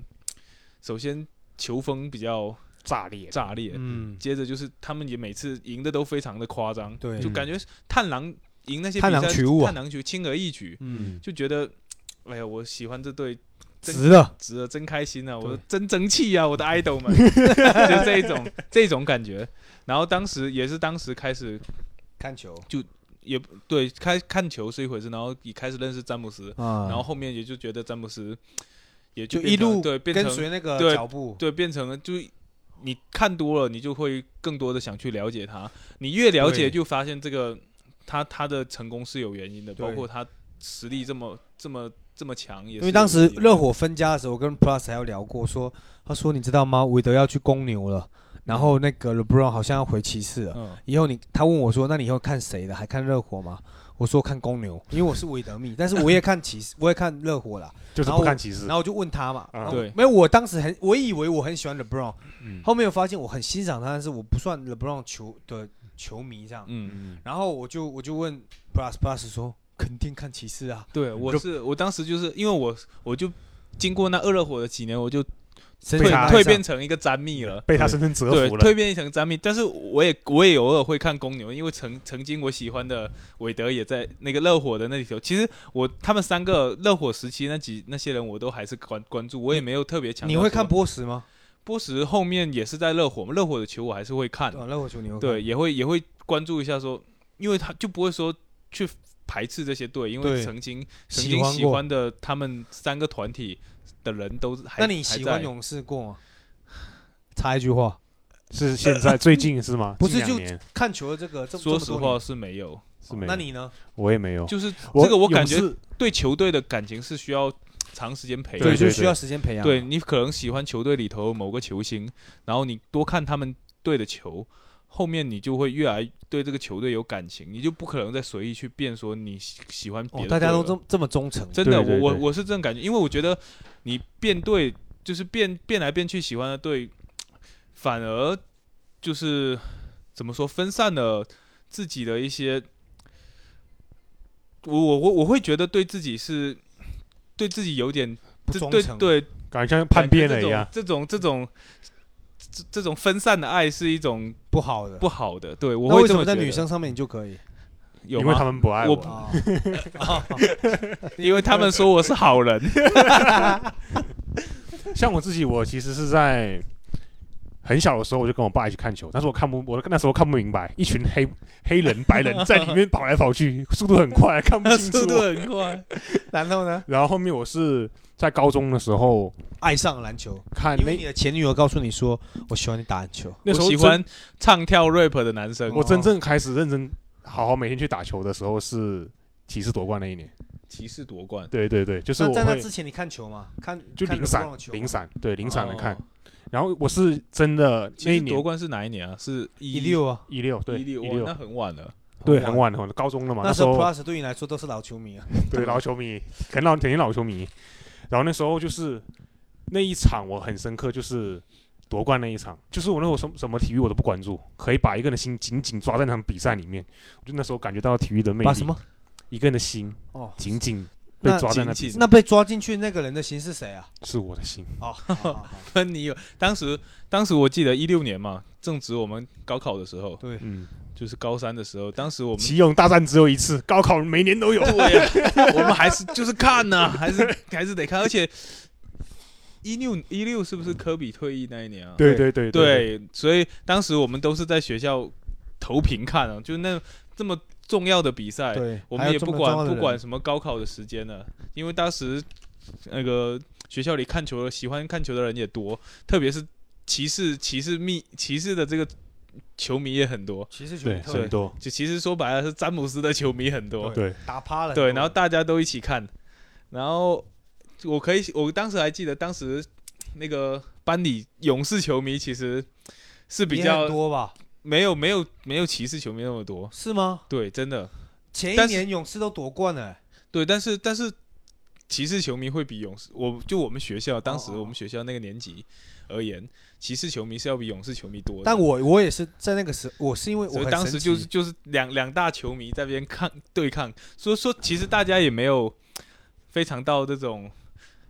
S4: 首先球风比较
S5: 炸裂，
S4: 炸裂，
S3: 嗯，
S4: 接着就是他们也每次赢的都非常的夸张，
S3: 对嗯
S4: 就感觉探狼赢那些
S3: 探
S4: 比
S3: 囊
S4: 赛
S3: 取物啊
S4: 探囊取轻而易举，
S3: 嗯，
S4: 就觉得哎呀，我喜欢这队。真
S3: 值了，
S4: 值了，真开心啊！
S3: 对
S4: 我真争 气啊，我的 idol 们，就这一种这种感觉。然后当时也是当时开始
S3: 看球
S4: 也对开看球是一回事，然后也开始认识詹姆斯，
S3: 啊，
S4: 然后后面也就觉得詹姆斯也
S3: 就
S4: 变
S3: 一
S4: 成
S3: 路
S4: 对变
S3: 跟
S4: 成
S3: 随那个
S4: 对
S3: 脚步，
S4: 对变成了就你看多了，你就会更多的想去了解他，你越了解
S3: 对
S4: 就发现这个他他的成功是有原因的，包
S3: 对
S4: 括他实力这么这么这么强也是有
S3: 因
S4: 原因的，
S3: 为当时热火分家的时候，我跟 Plus 还有聊过，说他说你知道吗？韦德要去公牛了，然后那个 LeBron 好像要回骑士了。
S4: 嗯
S3: 以后你他问我说，那你以后看谁的？还看热火吗？我说看公牛，因为我是韦 德迷，但是我也看骑士， 我也看热火啦。
S5: 就是
S3: 然后
S5: 不看骑士
S3: 然，后我就问他嘛，
S5: 啊
S3: 然后
S4: 对
S3: 没有，我当时很，我以为我很喜欢 LeBron，
S5: 嗯
S3: 后面我发现我很欣赏他，但是我不算 LeBron 球的球迷这样。
S4: 嗯。
S5: 嗯
S3: 然后我就我就问 Plus Plus 说，肯定看骑士啊，
S4: 对，我
S3: 就是
S4: 我当时就是因为我我就经过那二热火的几年，我就
S3: 身
S4: 蜕
S3: 上带上
S4: 蜕变成一个詹密了。
S5: 被他深深折
S4: 对，
S5: 服了，
S4: 蜕变成詹密，但是我也我也偶尔会看公牛，因为曾曾经我喜欢的韦德也在那个热火的那里头。其实我他们三个热火时期那几那些人我都还是关关注，我也没有特别强调
S3: 你
S4: 说。
S3: 会看波什吗？
S4: 波什后面也是在热火嘛，热火的球我还是会看，
S3: 对啊，热火球你会看
S4: 对，也会也会关注一下说，因为他就不会说去排斥这些队，因为
S3: 对
S4: 曾经曾
S3: 喜
S4: 经
S3: 欢
S4: 喜
S3: 过
S4: 欢的他们三个团体的人都还
S3: 那你
S4: 还
S3: 喜
S4: 在
S3: 欢勇士过吗？插一句话，
S5: 是现
S4: 呃
S5: 在最近是吗？
S3: 不是
S5: 近两
S3: 就
S4: 哦
S5: 年
S3: 看球的这个，这
S4: 说
S3: 这
S4: 实
S3: 么多
S4: 话
S3: 年哦
S4: 是没有，
S5: 是没有，
S3: 那你呢？
S5: 我也没有，
S4: 就是这个我感觉
S5: 勇士
S4: 对球队的感情是需要长时间培养
S5: 对
S4: 的。
S3: 就
S5: 对
S3: 需要时间培养。
S4: 对，你可能喜欢球队里头某个球星，然后你多看他们队的球，后面你就会越来对这个球队有感情，你就不可能再随意去变说你喜喜欢
S3: 哦，
S4: 别的队了、
S3: 大家都这这么忠诚，
S4: 真的，
S5: 对对
S4: 我我
S5: 对
S4: 我是这种感觉，因为我觉得你变队就是变变来变去喜欢的队，反而就是怎么说分散了自己的一些，我我我我会觉得对自己是对自己有点
S3: 不
S4: 这
S3: 忠
S4: 对
S3: 诚。
S4: 对
S5: 感觉像叛变了一样，
S4: 这种这种这种这种分散的爱是一种
S3: 不好的。
S4: 不好的，对我
S3: 那
S4: 会
S3: 为什
S4: 这
S3: 么
S4: 么
S3: 在
S4: 觉
S3: 女
S4: 得
S3: 生上面你就可以？
S4: 有
S5: 因为他
S4: 吗？
S5: 们不爱我，
S3: 啊，
S4: 因为他们说我是 好人，
S5: 像我自己，我其实是在很小的时候我就跟我爸一起看球，但是我看不，我那时候看不明白，一群黑黑人、白人在里面跑来跑去，速度很快，看不清
S4: 速
S5: 楚
S4: 度。很快。
S3: 然后呢？
S5: 然后后面我是在高中的时候
S3: 爱上篮球，
S5: 看
S3: 因为你
S5: 那
S3: 的前女友告诉你说，我喜欢你打篮球。
S5: 那时候
S4: 我喜
S5: 真
S4: 欢唱跳 rap 的男生。
S5: 我
S3: 哦
S5: 真正开始认真好好每天去打球的时候是骑士夺冠那一年。
S4: 骑士夺冠，
S5: 对对对，就是
S3: 那
S5: 我
S3: 在那
S5: 会
S3: 之前你看球吗？看
S5: 就
S3: 看
S5: 零散
S3: LeBron 的球啊吗
S5: 零散对零散的看
S4: 哦。。
S5: 然后我是真的那
S4: 骑
S5: 一
S4: 士夺
S5: 年
S4: 冠是哪一年啊？是一
S3: 一六啊，
S5: 一六对
S4: 一六，
S5: 一
S4: 哇，那
S5: 六
S4: 很晚了。
S5: 对很晚很晚，高中了嘛，
S3: 那时
S5: 时
S3: 候
S5: 候
S3: Plus 对你来说都是老球迷啊。
S5: 对，老球迷，肯定老肯定老球迷。然后那时候就是那一场我很深刻，就是夺冠那一场，就是我那时候什么什么体育我都不关注，可以把一个人的心紧紧抓在那场比赛里面，我就那时候感觉到体育的魅
S3: 把什
S5: 力，
S3: 么？
S5: 一个人的心
S3: 哦，
S5: 紧紧被
S3: 那
S5: 抓在
S4: 紧
S5: 那
S4: 紧
S5: 比
S3: 那被抓进去那个人的心是谁啊？
S5: 是我的心，
S3: 哦，好好好
S4: 跟你有当时，当时我记得一六年嘛，正值我们高考的时候，
S3: 对，
S5: 嗯，
S4: 就是高三的时候。当时我们
S5: 骑勇大战只有一次，高考每年都有，
S4: 对啊， 我们还是就是看呐、还是还是得看。而且一六一六是不是科比退役那一年啊？
S5: 对对对
S4: 对，所以当时我们都是在学校投屏看啊，就那这么重要的比赛，
S3: 对，
S4: 哎我
S3: 还有
S4: 们也
S3: 这
S4: 不
S3: 么
S4: 管
S3: 重要的
S4: 不
S3: 人
S4: 管什么高考的时间了，因为当时那个学校里看球的喜欢看球的人也多，特别是骑士骑士密骑士的这个球迷也很多，
S3: 其实球
S5: 对，
S3: 迷特
S5: 很
S3: 别
S5: 多，
S4: 就其实说白了是詹姆斯的球迷很多，
S5: 对，
S3: 打趴了很多
S4: 对，
S3: 人，
S4: 然后大家都一起看，然后我可以，我当时还记得，当时那个班里勇士球迷其实是比
S3: 也很
S4: 较
S3: 多吧？
S4: 没有没有没有骑士球迷那么多，
S3: 是吗？
S4: 对，真的
S3: 前一
S4: 但是
S3: 年勇士都夺冠了、欸，
S4: 对，但是但是骑士球迷会比勇士，我就我们学校当时
S3: 哦哦
S4: 我们学校那个年级而言，骑士球迷是要比勇士球迷多的，
S3: 但我我也是在那个时，我是因为我
S4: 所以
S3: 很
S4: 当时
S3: 神
S4: 就是
S3: 奇
S4: 就是两两大球迷在那边抗对抗，所以说其实大家也没有非常到这种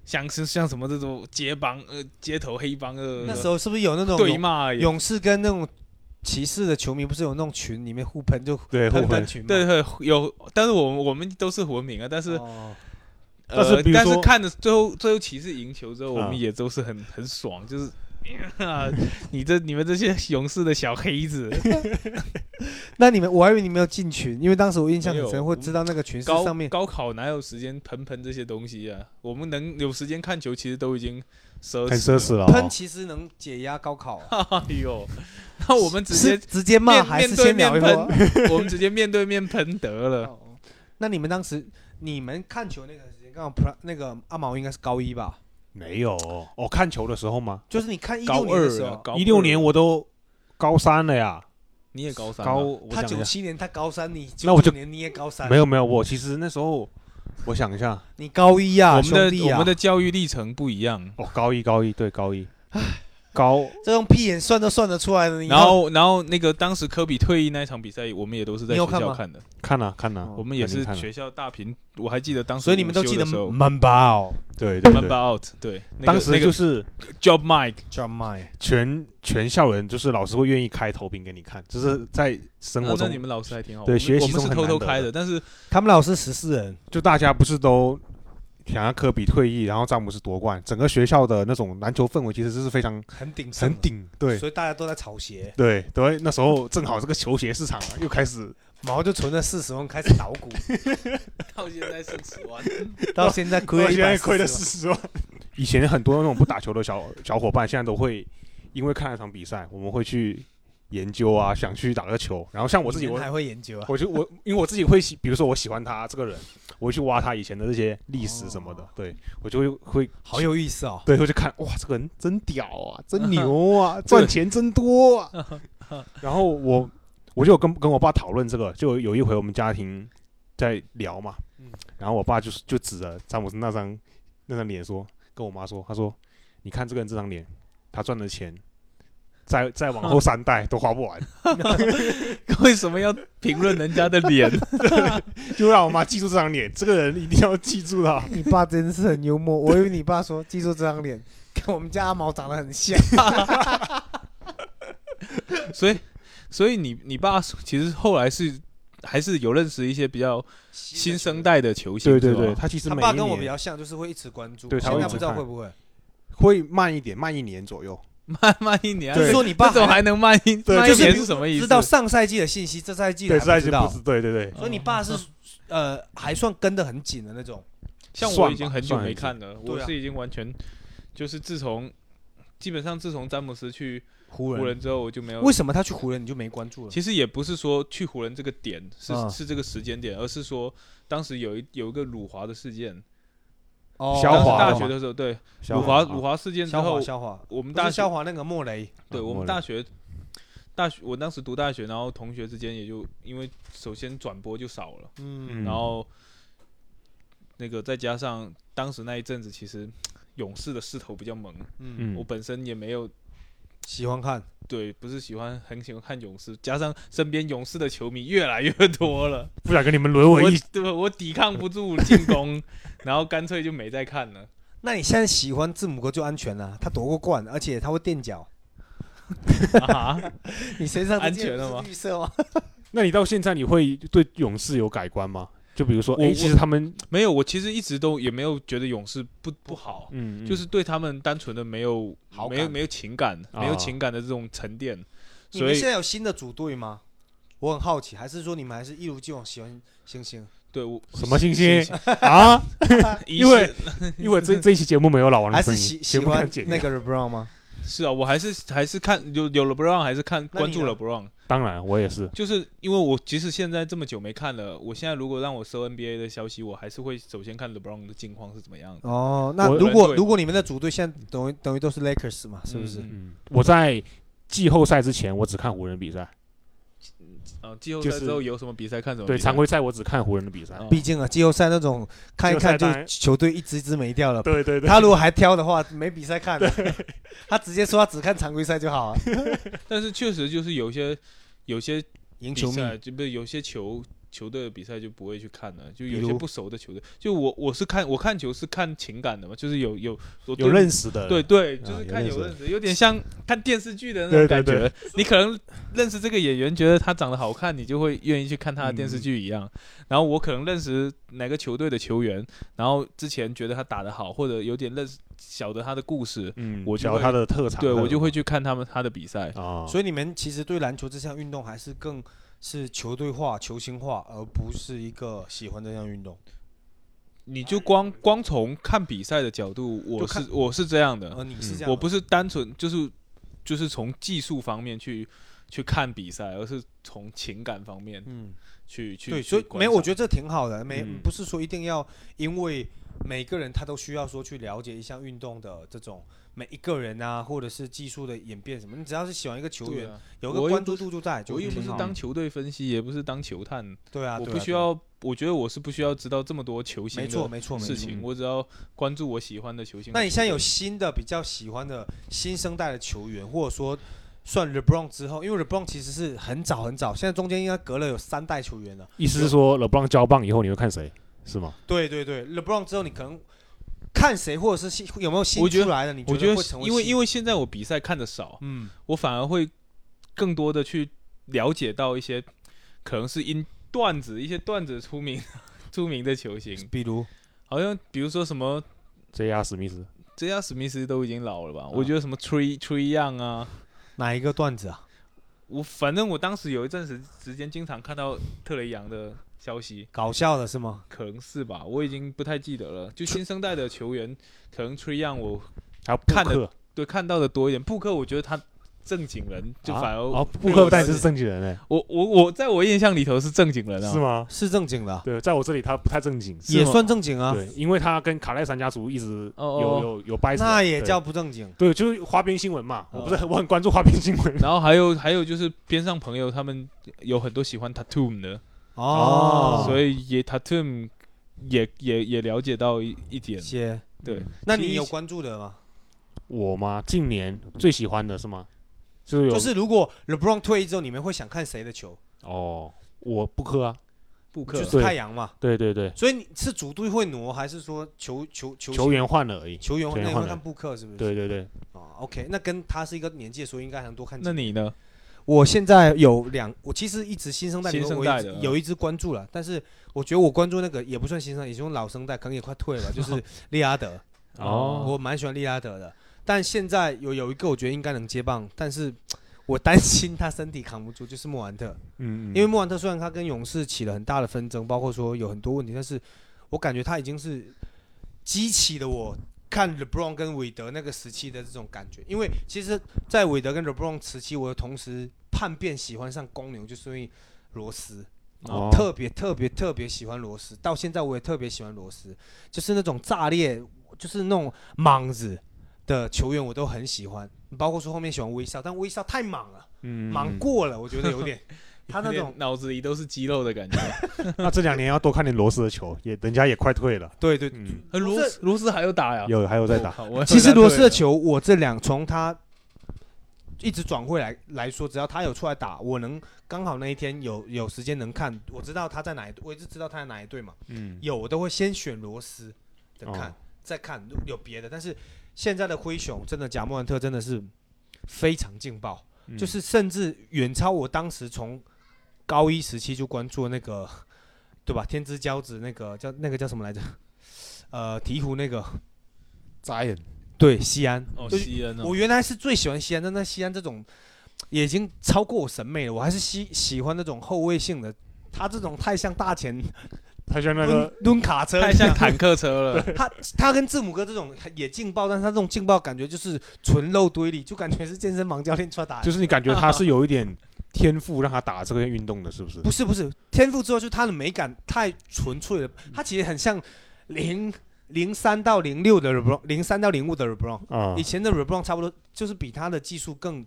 S4: 像是像什么这种街帮呃街头黑帮呃
S3: 那时候是不是有那种
S4: 对
S3: 勇
S4: 骂也
S3: 勇士跟那种骑士的球迷不是有那种群里面互喷就
S5: 对
S3: 喷
S5: 互
S3: 喷
S5: 喷
S3: 群吗？
S4: 对对有，但是我们我们都是文明啊，但是、
S3: 哦
S4: 呃
S5: 但是比如
S4: 但是
S5: 说
S4: 看着最后最后骑士赢球之后，我
S5: 啊
S4: 们也都是很很爽，就是。 啊！你这你们这些勇士的小黑 子，
S3: 那你们我还以为你们有进群，因为当时我印象很
S4: 没有
S3: 深，会知道那个群是
S4: 高
S3: 上面
S4: 高考哪有时间喷喷这些东西啊？我们能有时间看球，其实都已经奢侈
S5: 很奢
S4: 了
S5: 侈了、
S3: 喷，
S5: 哦。
S3: 其实能解压高考、啊。
S4: 哎呦，那我们 直
S3: 是
S4: 接，
S3: 直接骂
S4: 面
S3: 还是
S4: 面对
S3: 先聊一会
S4: 面
S3: 儿？
S4: 我们直接面对面喷得了。
S3: 哦那你们当时你们看球那个时间，刚好 Pra- 那个阿毛应该是高一吧？
S5: 没有，哦，看球的时候吗？
S3: 就是你看一
S4: 高
S3: 六年
S4: 二
S3: 的时
S4: 了
S3: 候，，
S4: 高
S5: 一六
S4: 二
S5: 年我都高三了呀，
S4: 你也高三啊，
S5: 高我
S3: 他
S5: 想
S3: 九
S5: 一下，
S3: 七年他高三，你
S5: 那我
S3: 九
S5: 就
S3: 年你也高三，
S5: 没有没有，我其实那时候我想一下，
S3: 你高一啊，
S4: 我们
S3: 兄
S4: 的
S3: 弟
S4: 我
S3: 啊
S4: 们，的教育历程不一样。
S5: 哦，高一高一对高一，高
S3: 这种屁眼算都算得出来的。你
S4: 然后，然后那个当时科比退役那一场比赛，我们也都是在
S3: 你
S4: 学
S3: 有看
S4: 校
S3: 吗
S4: 看的，
S5: 看了、看了、啊
S3: 哦
S4: 我们也
S5: 肯定
S4: 是
S5: 看了
S4: 学校大屏，我还记得当时
S3: 所以你们都
S4: 午休
S3: 记
S4: 的
S3: 得
S4: 时候
S3: Man 包
S5: 对嗯对
S4: m u
S5: 对，
S4: Out，对，那个
S5: 当时
S4: 那
S5: 就
S4: 个
S5: 是
S4: Job Mike，
S3: 专卖，
S5: 全全校人，就是老师会愿意开投屏给你看，就是在生活
S4: 啊那
S5: 中
S4: 你们老师还挺好，
S5: 对
S4: 我们
S5: 学习
S4: 我们是
S5: 中很
S4: 偷偷
S5: 难得
S4: 开
S5: 的
S4: 的，但是
S3: 他们老师十四人，
S5: 就大家不是都想要科比退役，然后詹姆斯夺冠，整个学校的那种篮球氛围其实是非常
S3: 很顶上
S5: 很
S3: 了，
S5: 顶，对
S3: 所以大家都在炒鞋，
S5: 对对，那时候正好这个球鞋市场啊又开始，
S3: 毛就存了四十万开始捣鼓，
S4: 到现在剩十万，
S3: 到现在亏了
S5: 现在亏了
S3: 140
S5: 四十万。以前很多那种不打球的小小伙伴，现在都会因为看了场比赛，我们会去研究啊，想去打个球。然后像我
S3: 我
S5: 自己，我
S3: 还会研究啊，
S5: 我就我因为我自己会喜，比如说我喜欢他这个人，我会去挖他以前的这些历史什么的，对我就会会
S3: 好有意思哦。
S5: 对，会去看，哇，这个人真屌啊，真牛 啊，赚钱真多啊。然后我我就有跟跟我爸讨论这个，就有一回我们家庭在聊嘛，
S3: 嗯
S5: 然后我爸就是就指着詹姆斯那张那张脸说，跟我妈说，他说，你看这个人这张脸，他赚的钱。再再往后三代都花不 完，
S4: 为什么要评论人家的脸？
S5: 就让我妈记住这张脸。这个人一定要记住他。
S3: 你爸真是很幽默，我以为你爸说记住这张脸， 跟我们家阿毛长得很像。
S4: 所以，所以你你爸其实后来是还是有认识一些比较新生代的球星，
S5: 对对对，
S4: 是吧
S5: 他其实
S3: 他
S5: 每
S3: 爸
S5: 一
S3: 跟我
S5: 年
S3: 比较像，就是会一直关注。
S5: 对他
S3: 现
S4: 会
S3: 在
S4: 一直
S3: 不知道
S5: 看
S3: 会不会。
S5: 会慢一点，慢一年左右。
S4: 慢慢一年啊，
S3: 就是
S4: 这
S3: 说你爸
S4: 这种还能慢一
S5: 对
S4: 慢一
S5: 就是
S4: 年是什么意思？
S3: 知道上赛季的信息，这赛季
S5: 对，
S3: 的还
S5: 在
S3: 不知
S5: 是
S3: 道
S5: 不。是？对对对，
S3: 所以你爸
S4: 嗯
S3: 是呃还算跟得很紧的那种。
S4: 像我
S5: 算
S4: 已经
S5: 吧
S4: 很久
S5: 算
S4: 没
S5: 一次
S4: 看了，我
S3: 对啊
S4: 是已经完全就是自从基本上自从詹姆斯去
S3: 湖
S4: 湖人之后，我就没有
S3: 为。什么他去湖人你就没关注了？
S4: 其实也不是说去湖人这个点是、
S3: 嗯
S4: 是这个时间点，而是说当时有一有一个辱华的事件，
S3: 哦
S5: 肖
S4: 当时
S5: 华
S4: 大
S5: 了
S4: 学
S5: 吗
S4: 的时候对
S5: 小
S4: 辱华辱华事件之
S3: 肖华
S4: 后，
S3: 肖华，
S4: 我们
S3: 不
S4: 大
S3: 是
S4: 学
S3: 肖华那个莫雷，
S4: 对
S5: 啊
S4: 我
S5: 默
S4: 们
S5: 认
S4: 大学，大学我当时读大学，然后同学之间也就因为首先转播就少了，
S3: 嗯，
S5: 嗯
S4: 然后那个再加上当时那一阵子，其实勇士的势头比较猛，
S3: 嗯，
S5: 嗯
S4: 我，本身也没有
S3: 喜欢看。
S4: 对，不是喜欢很喜欢看勇士，加上身边勇士的球迷越来越多了，
S5: 不想跟你们沦
S4: 我
S5: 为一
S4: 对吧？我抵抗不住进攻，然后干脆就没再看了。
S3: 那你现在喜欢字母哥就安全了，他夺过冠，而且他会垫脚。
S4: 啊，
S3: 你身上这
S4: 安
S3: 件
S4: 全
S3: 不
S4: 了
S3: 是
S4: 吗
S3: 绿色吗？
S5: 那你到现在你会对勇士有改观吗？就比如说，
S4: 我
S5: 哎、
S4: 我
S5: 其实他们，
S4: 没有，我其实一直都也没有觉得勇士不不好，
S5: 嗯，
S4: 就是对他们单纯的没有
S3: 好
S4: 没有
S3: 感
S4: 没有情感，没有
S5: 啊
S4: 情感的这种沉淀，
S3: 你
S4: 所
S3: 们
S4: 以
S3: 现在有新的组队吗？我很好奇，还是说你们还是一如既往喜欢星星？
S4: 对我
S5: 什么星星啊？
S4: 一
S5: 因为
S4: 是
S5: 因为这这一期节目没有老王的
S3: 还
S5: 声
S3: 是
S5: 音，
S3: 喜
S5: 节
S3: 喜
S5: 目看
S3: 欢
S5: 剪
S3: 那个 LeBron 吗？
S4: 是啊，我还是还是看有有了 Brown，还是看
S3: 那你
S4: 关注
S3: 呢
S4: 了 Brown，
S5: 当然，我也是。
S4: 就是因为我即使现在这么久没看了，我现在如果让我搜 NBA 的消息，我还是会首先看 LeBron 的近况是怎么样的。
S3: 哦，那
S5: 我
S3: 如果
S4: 对
S3: 如果你们的组队现在等于等于都是 Lakers 嘛，是不是？
S4: 嗯
S5: 嗯，我在季后赛之前，我只看湖人比赛，
S4: 啊，季后
S5: 就
S4: 赛
S5: 是
S4: 之后有什么比赛看什么比
S5: 对
S4: 赛？
S5: 常规赛我只看湖人的比赛。
S4: 哦
S3: 毕竟啊，季后赛那种看一
S5: 季后赛
S3: 看就
S5: 当然
S3: 球队一支一支没 掉了。
S5: 对对对，
S3: 他如果还挑的话，没比赛 看了。他直接说他只看常规赛就好啊，
S4: 但是确实就是有些有些
S3: 赢
S4: 比
S3: 球迷。
S4: 赛就不是有些球球队的比赛就不会去看了，就有
S3: 比
S4: 些
S3: 如
S4: 不熟的球队，就我我是看我看球是看情感的嘛，就是有有有
S5: 有认识的，
S4: 对对，
S5: 啊
S4: 就是
S5: 有
S4: 看
S5: 认
S4: 有
S5: 识
S4: 认识，有点像看电视剧的那
S5: 对对
S4: 种感
S5: 对
S4: 觉。你可能认识这个演员，觉得他长得好看，你就会愿意去看他的电视
S5: 嗯
S4: 剧一样。然后我可能认识哪个球队的球员，然后之前觉得他打得好，或者有点认识晓得他的故事，
S5: 嗯，
S4: 我
S5: 我
S4: 就
S5: 觉得
S4: 会
S5: 他的特长，
S4: 对我就会去看他们他的比赛。
S5: 啊，
S3: 所以你们其实对篮球这项运动还是更是球队化、球星化，而不是一个喜欢这项运动。
S4: 你就光光从看比赛的角度，
S3: 就
S4: 我
S3: 看
S4: 是我是这样的，
S5: 嗯
S3: 呃，你是这样吗，
S4: 我不是单纯就是就是从技术方面去去看比赛，而是从情感方面
S3: 嗯。
S4: 去去
S3: 对，
S4: 去
S3: 所以
S4: 观
S3: 没有，我
S4: 赏
S3: 觉得这挺好的，没、
S5: 嗯
S3: 不是说一定要因为每个人他都需要说去了解一项运动的这种每一个人啊，或者是技术的演变什么，你只要是喜欢一个球
S4: 对
S3: 员，
S4: 啊
S3: 有个
S4: 我又
S3: 关
S4: 不
S3: 注度就在，就
S4: 我又不
S3: 挺
S4: 是
S3: 好
S4: 当球队分析，也不是当球探，
S3: 对啊，
S4: 我
S3: 对
S4: 不
S3: 啊
S4: 需
S3: 对啊
S4: 要，我觉得我是不需要知道这么多球星
S3: 没错
S4: 的
S3: 没错没
S4: 事
S3: 错。
S5: 嗯
S4: 情，我只要关注我喜欢的球星。
S3: 那你现在有新的比较喜欢的新生代的球员，或者说算 LeBron 之后，因为 LeBron 其实是很早很早，现在中间应该隔了有三代球员了。
S5: 意思是说，LeBron 交棒以后，你会看谁是吗？
S3: 对对对，LeBron 之后你可能看谁，或者是新有没有新
S4: 我觉得
S3: 出来的，你
S4: 我觉
S3: 会
S4: 得
S3: 成为
S4: 因为因
S3: 为
S4: 为现在我比赛看的少，
S3: 嗯
S4: 我反而会更多的去了解到一些可能是因段子一些段子出名 出名的球星，
S3: 比如
S4: 好像比如说什么。
S5: J.R. 史密斯，
S4: 这家史密斯都已经老了
S5: 啊
S4: 吧？我觉得什么 Tree Tree Young 啊，
S3: 哪一个段子啊？
S4: 我反正我当时有一阵时时间经常看到特雷杨的消息，
S3: 搞笑的是吗？
S4: 可能是吧，我已经不太记得了。就新生代的球员，可能 Tree Young 我
S5: 还有布
S4: 看
S5: 克，
S4: 对看到的多一点。布克我觉得他正经人，就反而、
S5: 啊，啊布克不但是正经人哎，
S4: 我我我在我印象里头是正经人啊，
S5: 是吗？
S3: 是正经的 啊、
S5: 对，在我这里他不太正经，
S4: 是
S3: 也
S4: 吗
S3: 算正经啊，
S5: 对，因为他跟卡戴珊家族一直
S4: 哦
S5: 有
S4: 哦哦
S5: 有有掰扯，
S3: 那也
S5: 对
S3: 叫不正经。
S5: 对，就是花边新闻嘛，我不是
S4: 哦
S5: 很我很关注花边新闻，
S4: 然后还有还有就是边上朋友他们有很多喜欢 Tatum 的，
S5: 哦
S3: 哦，
S4: 所以也 Tatum 也也也了解到一一点，
S3: 些，
S4: 对。
S3: 那
S4: 其
S3: 你
S4: 实
S3: 有关注的吗？
S5: 我吗？近年最喜欢的是吗？就是有
S3: 就是如果 LeBron 退役之后，你们会想看谁的球？
S5: 哦，我布克啊，
S4: 布克
S3: 就是
S5: 对
S3: 太阳嘛。
S5: 对对对，
S3: 所以你是主队会挪，还是说球球球
S5: 球员换了而已，
S3: 球员
S5: 球员
S3: 那你
S5: 换人
S3: 会看布克是不是？
S5: 对对对，
S3: 哦 OK，那跟他是一个年纪的时候，应该还能多看几
S4: 那
S3: 个。
S4: 你呢？
S3: 我现在有两，我其实一直新生代里
S4: 新
S3: 面
S4: 生
S3: 我
S4: 代
S3: 一直
S4: 的嗯
S3: 有一直关注了，但是我觉得我关注那个也不算新生代，也算老生代，可能也快退了 吧，就是利拉德。啊
S5: 哦
S3: 我蛮喜欢利拉德的，但现在有有一个我觉得应该能接棒，但是我担心他身体扛不住，就是莫兰特，
S5: 嗯，
S3: 因为莫兰特虽然他跟勇士起了很大的纷争，包括说有很多问题，但是我感觉他已经是激起了我看 LeBron 跟韦德那个时期的这种感觉，因为其实，在韦德跟 LeBron 时期，我同时叛变喜欢上公牛，就是因为罗斯。
S5: 哦
S3: 特别特别特别喜欢罗斯，到现在我也特别喜欢罗斯，就是那种炸裂，就是那种莽子的球员，我都很喜欢。包括说后面喜欢威少，但威少太莽了，
S5: 嗯
S3: 莽。过了，我觉得有 点。他那种
S4: 脑子里都是肌肉的 感觉。
S5: 那这两年要多看点罗斯的球，也人家也快退了，
S3: 对对，
S5: 嗯，
S4: 呃罗斯罗斯还有打
S3: 啊
S4: 呀？
S5: 有还有在打
S4: 我，靠。我
S3: 其实罗斯的球，我这两从他一直转会来来说，只要他有出来打，我能刚好那一天有有时间能看，我知道他在哪一队，我一直知道他在哪一队嘛。
S5: 嗯，
S3: 有我都会先选罗斯的看，
S5: 哦
S3: 再看有别的。但是现在的灰熊真的贾莫兰特真的是非常劲爆，
S5: 嗯
S3: 就是甚至远超我当时从高一时期就关注的那个，对吧？天之骄子那个叫那个叫什么来着？呃，鹈鹕那个
S5: 扎眼，嗯
S3: 对西安，
S4: 哦，
S3: 就是
S4: 西恩哦
S3: 我，原来是最喜欢西安，但那西安这种也已经超过我审美了。我还是喜喜欢那种后卫性的，他这种太像大前
S5: 他像 那
S3: 抡
S5: 个
S3: 抡卡车，
S4: 太像坦克车了。
S3: 他他跟字母哥这种也劲爆，但是他这种劲爆感觉就是纯肉堆里，就感觉是健身房教练出来打的。
S5: 就是你感觉他是有一点天赋让他打这个运动的，是不是？
S3: 嗯不是不是，天赋之后就他的美感太纯粹了，
S5: 嗯
S3: 他其实很像零零三到零六的 LeBron，零三到零五的 LeBron，
S5: 啊
S3: 以，前的 LeBron 差不多就是比他的技术更。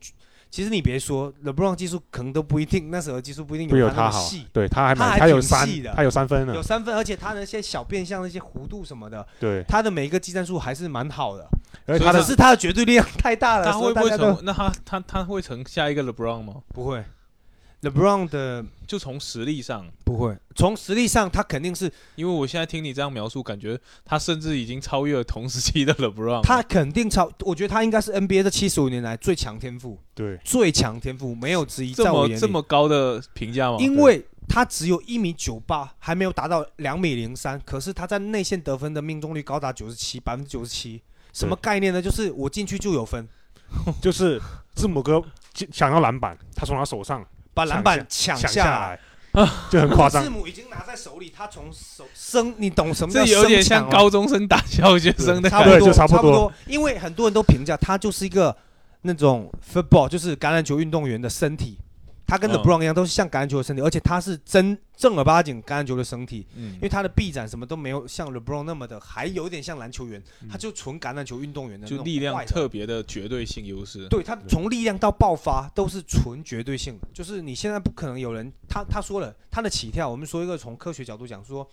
S3: 其实你别说，LeBron 技术可能都不一定，那时候的技术不一定
S5: 不有
S3: 有
S5: 他
S3: 他那么
S5: 好嗯
S3: 细，，
S5: 对他还
S3: 他
S5: 蛮
S3: 还
S5: 他有
S3: 挺
S5: 三
S3: 细的
S5: 他有三分
S3: 有
S5: 呢，
S3: 三分，而且他的那些小变相、那些弧度什么的，
S5: 对，
S3: 他的每一个技战术还是蛮好的。
S5: 而且
S4: 所以
S5: 他
S3: 只
S5: 的
S3: 是他的绝对力量太大了，
S4: 他
S3: 所
S4: 会
S3: 以
S4: 不
S3: 大
S4: 会
S3: 家都
S4: 成？那他他他会成下一个 LeBron 吗？
S3: 不会，LeBron 的
S4: 就从实力上，
S3: 不会。从实力上，他肯定是
S4: 因为我现在听你这样描述，感觉他甚至已经超越了同时期的 LeBron。
S3: 他肯定超，我觉得他应该是 NBA 这七十五年来最强天赋，
S5: 对
S3: 最强天赋没有之一。
S4: 这
S3: 在我
S4: 么
S3: 眼里
S4: 这么哦高的评价吗？
S3: 因为他只有一米九八，还没有达到两米零三，可是他在内线得分的命中率高达九十七，百分之九十七。什么概念呢？就是我进去就有分，
S5: 就是字母哥进抢到篮板，他从他手上
S3: 把篮板抢
S5: 抢
S3: 下
S5: 下。来，就很夸张
S3: 字。母已经拿在手里，他从手生，你懂什么叫
S4: 这有点
S3: 生抢
S4: 像
S3: 吗
S4: 高中生打小学生的
S3: 差不
S4: 感觉。
S5: 对
S3: 多，
S5: 就差不
S3: 不
S5: 多
S3: 因为很多人都评价他就是一个那种 football，就是橄榄球运动员的身体，他跟
S4: 嗯
S3: LeBron 一样，都是像橄榄球的身体，而且他是真正儿八经橄榄球的身体，
S4: 嗯
S3: 因为他的臂展什么都没有像 LeBron 那么的，还有点像篮球员，他就纯橄榄球运动员的那
S4: 就
S3: 种
S4: 力
S3: 快
S4: 量
S3: 的
S4: 特别的绝对性优势。
S3: 对他从力量到爆发都是纯绝对性的，就是你现在不可能有人他他说了他的起跳，我们说一个从科学角度讲说，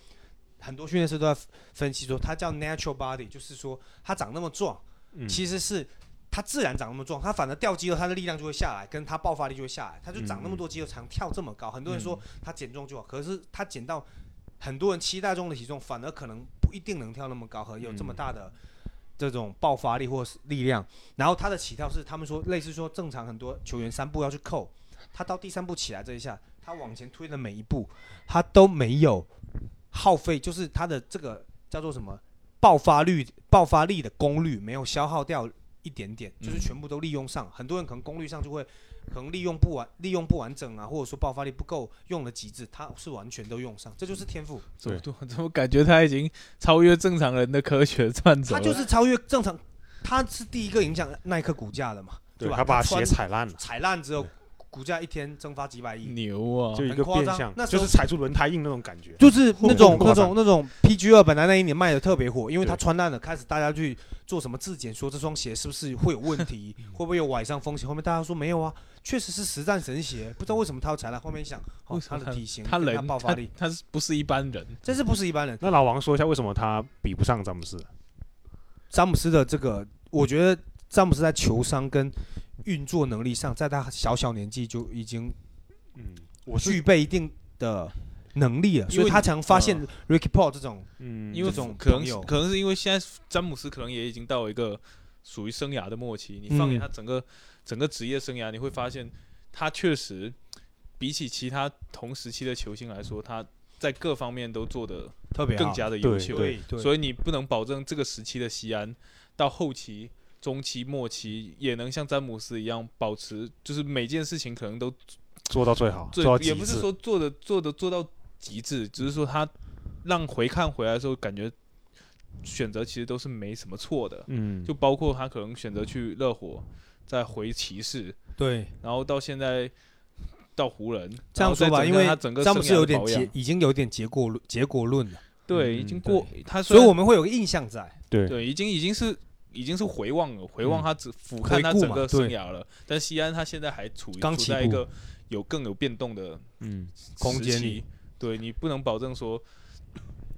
S3: 很多训练师都在分析说他叫 natural body，就是说他长那么壮，
S5: 嗯
S3: 其实是他自然长那么壮，他反而掉肌肉，他的力量就会下来，跟他爆发力就会下来，他就长那么多肌肉，常跳这么高。很多人说他减重就好，可是他减到很多人期待中的体重，反而可能不一定能跳那么高和有这么大的这种爆发力或是力量。然后他的起跳是他们说类似说正常很多球员三步要去扣，他到第三步起来这一下，他往前推的每一步，他都没有耗费，就是他的这个叫做什么爆发率、爆发力的功率没有消耗掉一点点，
S5: 嗯
S3: 就是全部都利用上。很多人可能功率上就会可能利用不完、利用不完整啊，或者说爆发力不够用的极致，他是完全都用上，这就是天赋。
S4: 怎么怎么感觉他已经超越正常人的科学范畴
S3: 他
S4: 了？
S3: 就是超越正常，他是第一个影响耐克股价的嘛，
S5: 对
S3: 吧？
S5: 他把
S3: 穿
S5: 鞋踩烂了，
S3: 踩烂之后，股价一天蒸发几百亿。
S4: 牛啊
S5: 就！一个
S3: 哦很夸
S5: 变
S3: 张
S5: 相，
S3: 那时
S5: 就
S3: 候
S5: 是踩出轮胎印那种感觉。
S3: 就是那种
S5: 很
S3: 那
S5: 夸
S3: 种
S5: 张
S3: 那种 PG 二，本来那一年卖的特别火，因为
S5: 对
S3: 它穿烂了，开始大家去做什么质检，说这双鞋是不是会有问题， 会不会有崴伤风险？后面大家说没有啊，确实是实战神鞋，不知道为什么它要踩烂。后面一想，哦
S4: 为，什
S3: 它
S4: 么
S3: 的体型、
S4: 他
S3: 跟它
S4: 人
S3: 爆发力，
S4: 他，他是不是一般人？
S3: 真是不是一般人。
S5: 那老王说一下为什么他比不上詹姆斯？
S3: 詹姆斯的这个，我觉得詹姆斯在球商跟运作能力上，在他小小年纪就已经
S5: 嗯，我
S3: 具备一定的能力了，
S4: 因为
S3: 所以他才能发现
S4: 嗯
S3: Ricky Paul 这种
S5: 嗯，
S4: 因为
S3: 这种
S4: 可能
S3: 朋
S4: 是
S3: 友
S4: 可能是因为现在詹姆斯可能也已经到一个属于生涯的末期，你放眼
S3: 嗯
S4: 他整个、整个职业生涯，你会发现他确实比起其他同时期的球星来说，他在各方面都做得
S3: 特别好
S4: 更加的优秀。
S5: 对
S3: 对
S4: 所以你不能保证这个时期的西安到后期、中期、末期也能像詹姆斯一样保持，就是每件事情可能都
S5: 做到最好，
S4: 最
S5: 做到极
S4: 也不是
S5: 致。
S4: 说做的做的做到极致，只是说他让回看回来的时候，感觉选择其实都是没什么错的，
S5: 嗯，
S4: 就包括他可能选择去热火，再回骑士，
S3: 对。
S4: 然后到现在到湖人，
S3: 这样说吧，因
S4: 然后再整个
S3: 为
S4: 他整个
S3: 詹姆斯
S4: 生涯的
S3: 有点
S4: 保养
S3: 结，已经有点结果论结果论了，
S4: 对，
S5: 嗯
S4: 已经
S5: 嗯
S4: 过他
S3: 所
S4: 虽然，
S3: 以我们会有个印象在。
S5: 对
S4: 对已经已经是。已经是回望了，回望他只俯
S3: 嗯回
S4: 瞰他
S3: 顾
S4: 整
S3: 嘛
S4: 个生
S3: 对
S4: 涯了。但西安他现在还处于
S3: 刚
S4: 处
S3: 起
S4: 在一
S3: 步
S4: 个有更有变动的
S5: 嗯，
S3: 空间
S4: 时期
S3: 里
S4: 对你不能保证说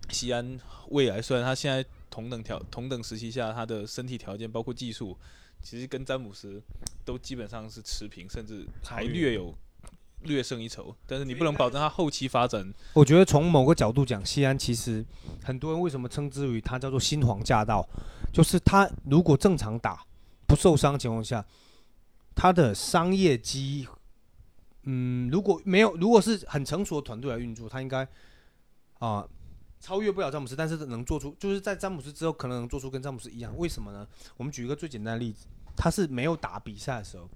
S4: 西安未来，虽然他现在同等条同等时期下，他的身体条件包括技术，其实跟詹姆斯都基本上是持平，甚至还略有略胜一筹。但是你不能保证他后期发展，
S3: 我觉得从某个角度讲，西安其实很多人为什么称之为它叫做新皇驾到，就是他如果正常打不受伤的情况下，他的商业机，嗯，如果没有如果是很成熟的团队来运作，他应该啊、啊超越不了詹姆斯，但是能做出就是在詹姆斯之后可能能做出跟詹姆斯一样。为什么呢？我们举一个最简单的例子，他是没有打比赛的时候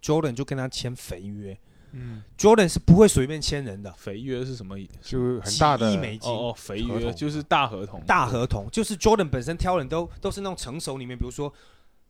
S3: ，Jordan 就跟他签肥约，
S4: 嗯，
S3: Jordan 是不会随便签人的，
S4: 肥约是什么？
S5: 就很大的
S3: 几亿美金。
S4: 哦哦，肥
S5: 合
S4: 约
S5: 同
S4: 就是大合同，
S3: 大合同，就是 Jordan 本身挑人都都是那种成熟里面，比如说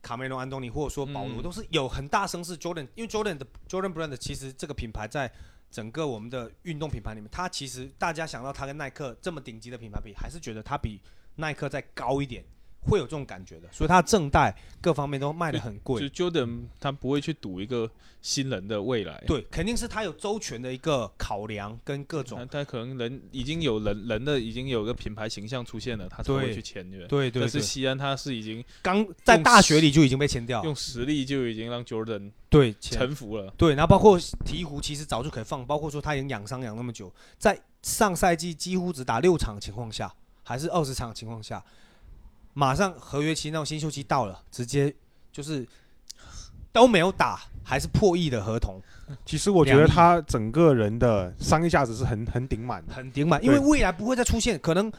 S3: 卡梅隆、安东尼，或者说保罗，
S4: 嗯
S3: 都是有很大声势。Jordan 因为 Jordan 的 Jordan Brand 其实这个品牌在整个我们的运动品牌里面，它其实大家想到它跟耐克这么顶级的品牌比，还是觉得它比耐克再高一点，会有这种感觉的。所以它的正代各方面都卖的很
S4: 就
S3: 贵，
S4: Jordan 他不会去赌一个新人的未来，
S3: 对，肯定是它有周全的一个考量跟各
S4: 他
S3: 种。
S4: 他可能人已经有人人的已经有个品牌形象出现了，他才
S3: 对
S4: 会去签约。
S3: 对对
S4: 但是
S3: 对，
S4: 西安他是已经
S3: 刚在大学里就已经被签掉了，
S4: 用实力就已经让 Jordan
S3: 对，签
S4: 臣服了。
S3: 对，然后包括鹈鹕其实早就可以放，包括说他已经养伤养那么久，在上赛季几乎只打六场的情况下，还是二十场的情况下，马上合约期那种新秀期到了，直接就是都没有打，还是破亿的合同，
S5: 其实我觉得
S3: 两亿
S5: 他整个人的商业价值是很很顶满的。
S3: 很顶满，因为
S5: 对
S3: 未来不会再出现，可能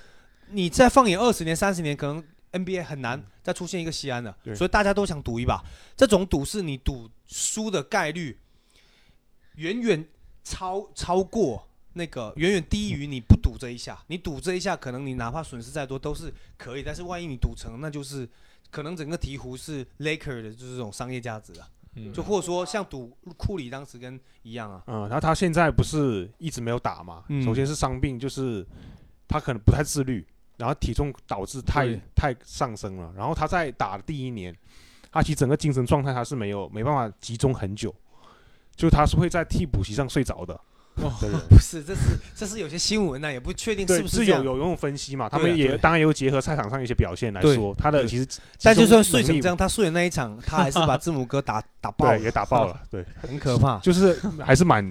S3: 你再放眼二十年、三十年，可能 NBA 很难再出现一个西安了，
S5: 对
S3: 所以大家都想赌一把。这种赌是你赌输的概率远远超超过那个，远远低于你不赌这一下。你赌这一下，可能你哪怕损失再多都是可以，但是万一你赌成，那就是可能整个鹈鹕是 Laker 的就是这种商业价值了，
S4: 嗯
S3: 就或者说像赌库里当时跟一样啊。
S5: 嗯，然后他现在不是一直没有打嘛？
S3: 嗯
S5: 首先是伤病，就是他可能不太自律，然后体重导致太
S3: 对
S5: 太上升了。然后他在打的第一年，他其实整个精神状态他是没有没办法集中很久，就他是会在替补席上睡着的。 的人
S3: 不是，这是这是有些新闻啊呢、也不确定
S5: 对，
S3: 哦是不
S5: 是
S3: 这
S5: 有
S3: 样。
S5: 有用分析嘛？他
S3: 对
S5: 们
S3: 啊
S5: 也
S3: 对
S5: 当然也有结合赛场上一些表现来
S3: 对
S5: 说，他的其实
S3: 但就算
S5: 集
S3: 睡
S5: 中
S3: 成
S5: 能力
S3: 这样，他睡的那一场，他还是把字母哥打打爆
S5: 对
S3: 了，
S5: 也打爆了， 对，
S3: 很可怕。
S5: 就是还是蛮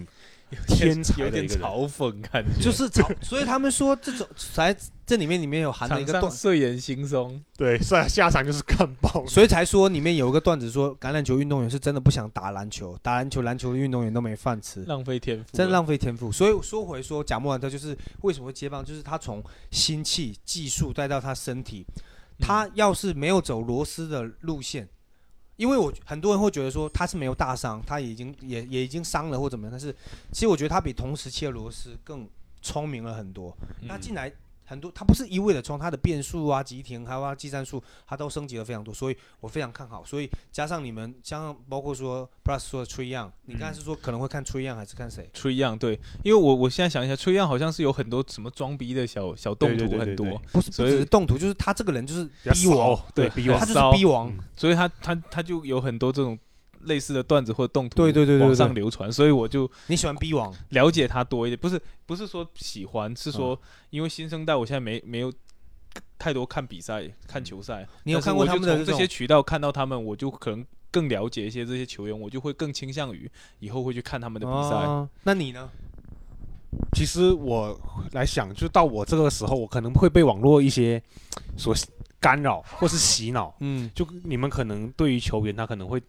S5: 天才
S4: 有
S5: 的
S4: 点
S5: 一个人
S4: 嘲讽感觉，
S3: 就是吵， 所以他们说这种才这里面里面有含了一
S4: 场
S3: 个
S4: 上
S3: 段，
S4: 睡眼惺忪。
S5: 对，下下场就是干爆了。
S3: 所以才说里面有一个段子说，橄榄球运动员是真的不想打篮球，打篮球篮球的运动员都没饭吃，
S4: 浪费天赋，
S3: 真浪费天赋。所以说回说贾莫兰特就是为什么会接棒，就是他从心气、技术带到他身体，他要是没有走罗斯的路线，因为我很多人会觉得说他是没有大伤，他已经也也已经伤了或怎么样，但是其实我觉得他比同时期的罗斯更聪明了很多。
S4: 嗯
S3: 他进来很多，他不是一味的冲他的变速啊、急停还有他技战术，他都升级了非常多，所以我非常看好。所以加上你们，加上包括说 Plus 说的 Tree Young，你刚才是说可能会看 Tree Young 还是看谁？
S4: 崔样对，因为我我现在想一下，崔样好像是有很多什么装逼的小小动
S5: 对对
S4: 图
S5: 对
S4: 很
S5: 对对
S4: 多，
S3: 不是，不
S4: 所以
S3: 只是动图，就是他这个人就是
S5: 比较
S3: 逼王，
S5: 骚对逼
S4: 对
S5: 王
S3: 他，就是
S4: 骚嗯
S3: 逼王，
S4: 所以他他他就有很多这种类似的段子或动图，
S3: 对对对对
S4: 网
S3: 对
S4: 上流传，所以我就
S3: 你喜欢逼王，
S4: 了解他多一点，不是不是说喜欢，是说
S5: 嗯
S4: 因为新生代我现在没没有太多看比赛、看球赛，
S5: 嗯
S3: 你有
S4: 但是
S3: 看过
S4: 我就
S3: 他们的这
S4: 从这
S3: 种
S4: 些渠道看到他们，我就可能更了解一些这些球员，我就会更倾向于以后会去看他们的比赛。
S3: 哦那你呢？
S5: 其实我来想，就到我这个时候，我可能会被网络一些所干扰或是洗脑。
S3: 嗯，
S5: 就你们可能对于球员，他可能会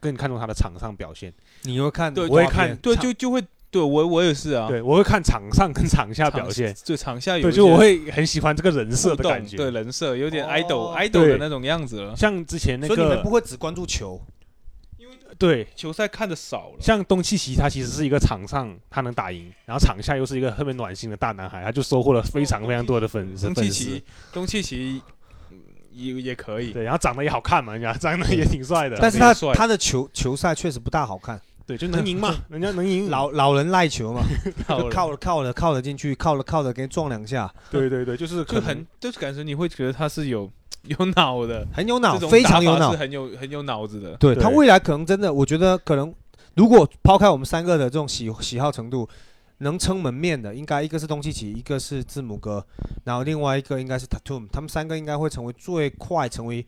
S5: 更看重他的场上表现。
S3: 你会看动
S4: 对
S5: 我
S3: 画片？
S5: 会看
S4: 对，就就会对我我也是啊，
S5: 对我会看场上跟场下
S4: 场
S5: 表现。
S4: 对场下有
S5: 对，
S4: 一
S5: 就
S4: 些
S5: 我会很喜欢这个人设
S4: 互
S5: 的
S4: 动
S5: 感觉。
S4: 对，人设有点
S3: 哦
S4: idol、idol
S5: 对
S4: 的那种样子了。
S5: 像之前那
S3: 所以你们
S5: 个
S3: 不会只关注球，
S5: 对，
S4: 球赛看的少了，
S5: 像东契奇，他其实是一个场上他能打赢，然后场下又是一个特别暖心的大男孩，他就收获了非常非常多的粉丝。
S4: 东契
S5: 粉丝
S4: 奇，东契奇嗯也也可以，
S5: 对，然后长得也好看嘛，人家长得也挺帅的。
S3: 但是
S4: 非常
S3: 他
S4: 帅
S3: 他的球球赛确实不大好看，
S5: 对，就能赢嘛， 人家能
S4: 嗯
S5: 赢。
S3: 老老人赖球 嘛，
S4: 好
S3: 就
S4: 了
S3: 靠着靠着靠着进去，靠着靠着给撞两下，
S5: 对对对，就是可
S4: 就
S5: 能
S4: 很就是感觉你会觉得他是有有脑的，
S3: 很有 脑
S4: 这，种
S3: 非
S4: 打
S3: 常有
S4: 法
S3: 脑
S4: 是。很有很有脑子的。
S3: 对
S5: 对
S3: 他未来可能真的，我觉得可能如果抛开我们三个的这种喜喜好程度，能撑门面的，应该一个是东契奇，一个是字母哥，然后另外一个应该是 Tatum，他们三个应该会成为最快成为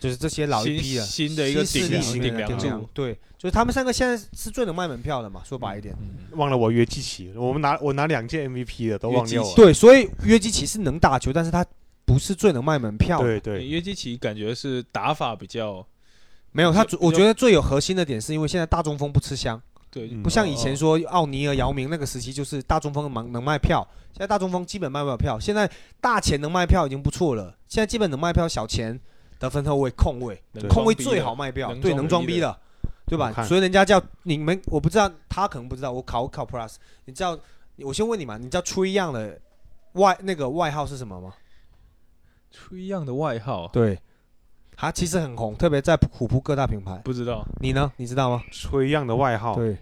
S3: 就是这些老一批的
S4: 新新的一个
S3: 新
S4: 顶
S3: 势力
S4: 梁
S3: 型
S4: 顶
S3: 的
S4: 梁
S3: 顶梁
S4: 柱。
S3: 对，就是他们三个现在是最能卖门票的嘛，说白一
S4: 嗯
S3: 点。
S5: 忘了我约基奇，我们拿我拿两届 MVP 的都忘掉
S4: 约基
S5: 了。
S3: 对，所以约基奇是能打球，但是他不是最能卖门票的。
S5: 对
S4: 对
S5: 对
S4: 约基奇感觉是打法比较
S3: 没有他主，
S4: 比较
S3: 我觉得最有核心的点是因为现在大中锋不吃香。
S4: 对，
S5: 嗯
S3: 不像以
S4: 哦
S3: 前说奥尼尔、姚明那个时期，就是大中锋能能卖票，现在大中锋基本卖不了票。现在大前能卖票已经不错了，现在基本能卖票小前、得分后卫、控卫，
S4: 能
S3: 控
S4: 装
S3: 卫
S4: 逼
S3: 最
S4: 的
S3: 好卖票，
S4: 能
S3: 对，
S4: 装
S3: 能
S4: 逼
S3: 装逼
S4: 的
S3: 的。对
S5: 我
S3: 吧？
S5: 看
S3: 所以人家叫你们，我不知道他可能不知道，我考考 Plus，你知道？我先问你嘛，你知道 Tree Young 的外那个外号是什么吗？
S4: 出一样的外号，
S3: 对，他其实很红，特别在虎扑各大品牌。
S4: 不知道
S3: 你呢？你知道吗？
S5: 崔样的外号
S3: 对，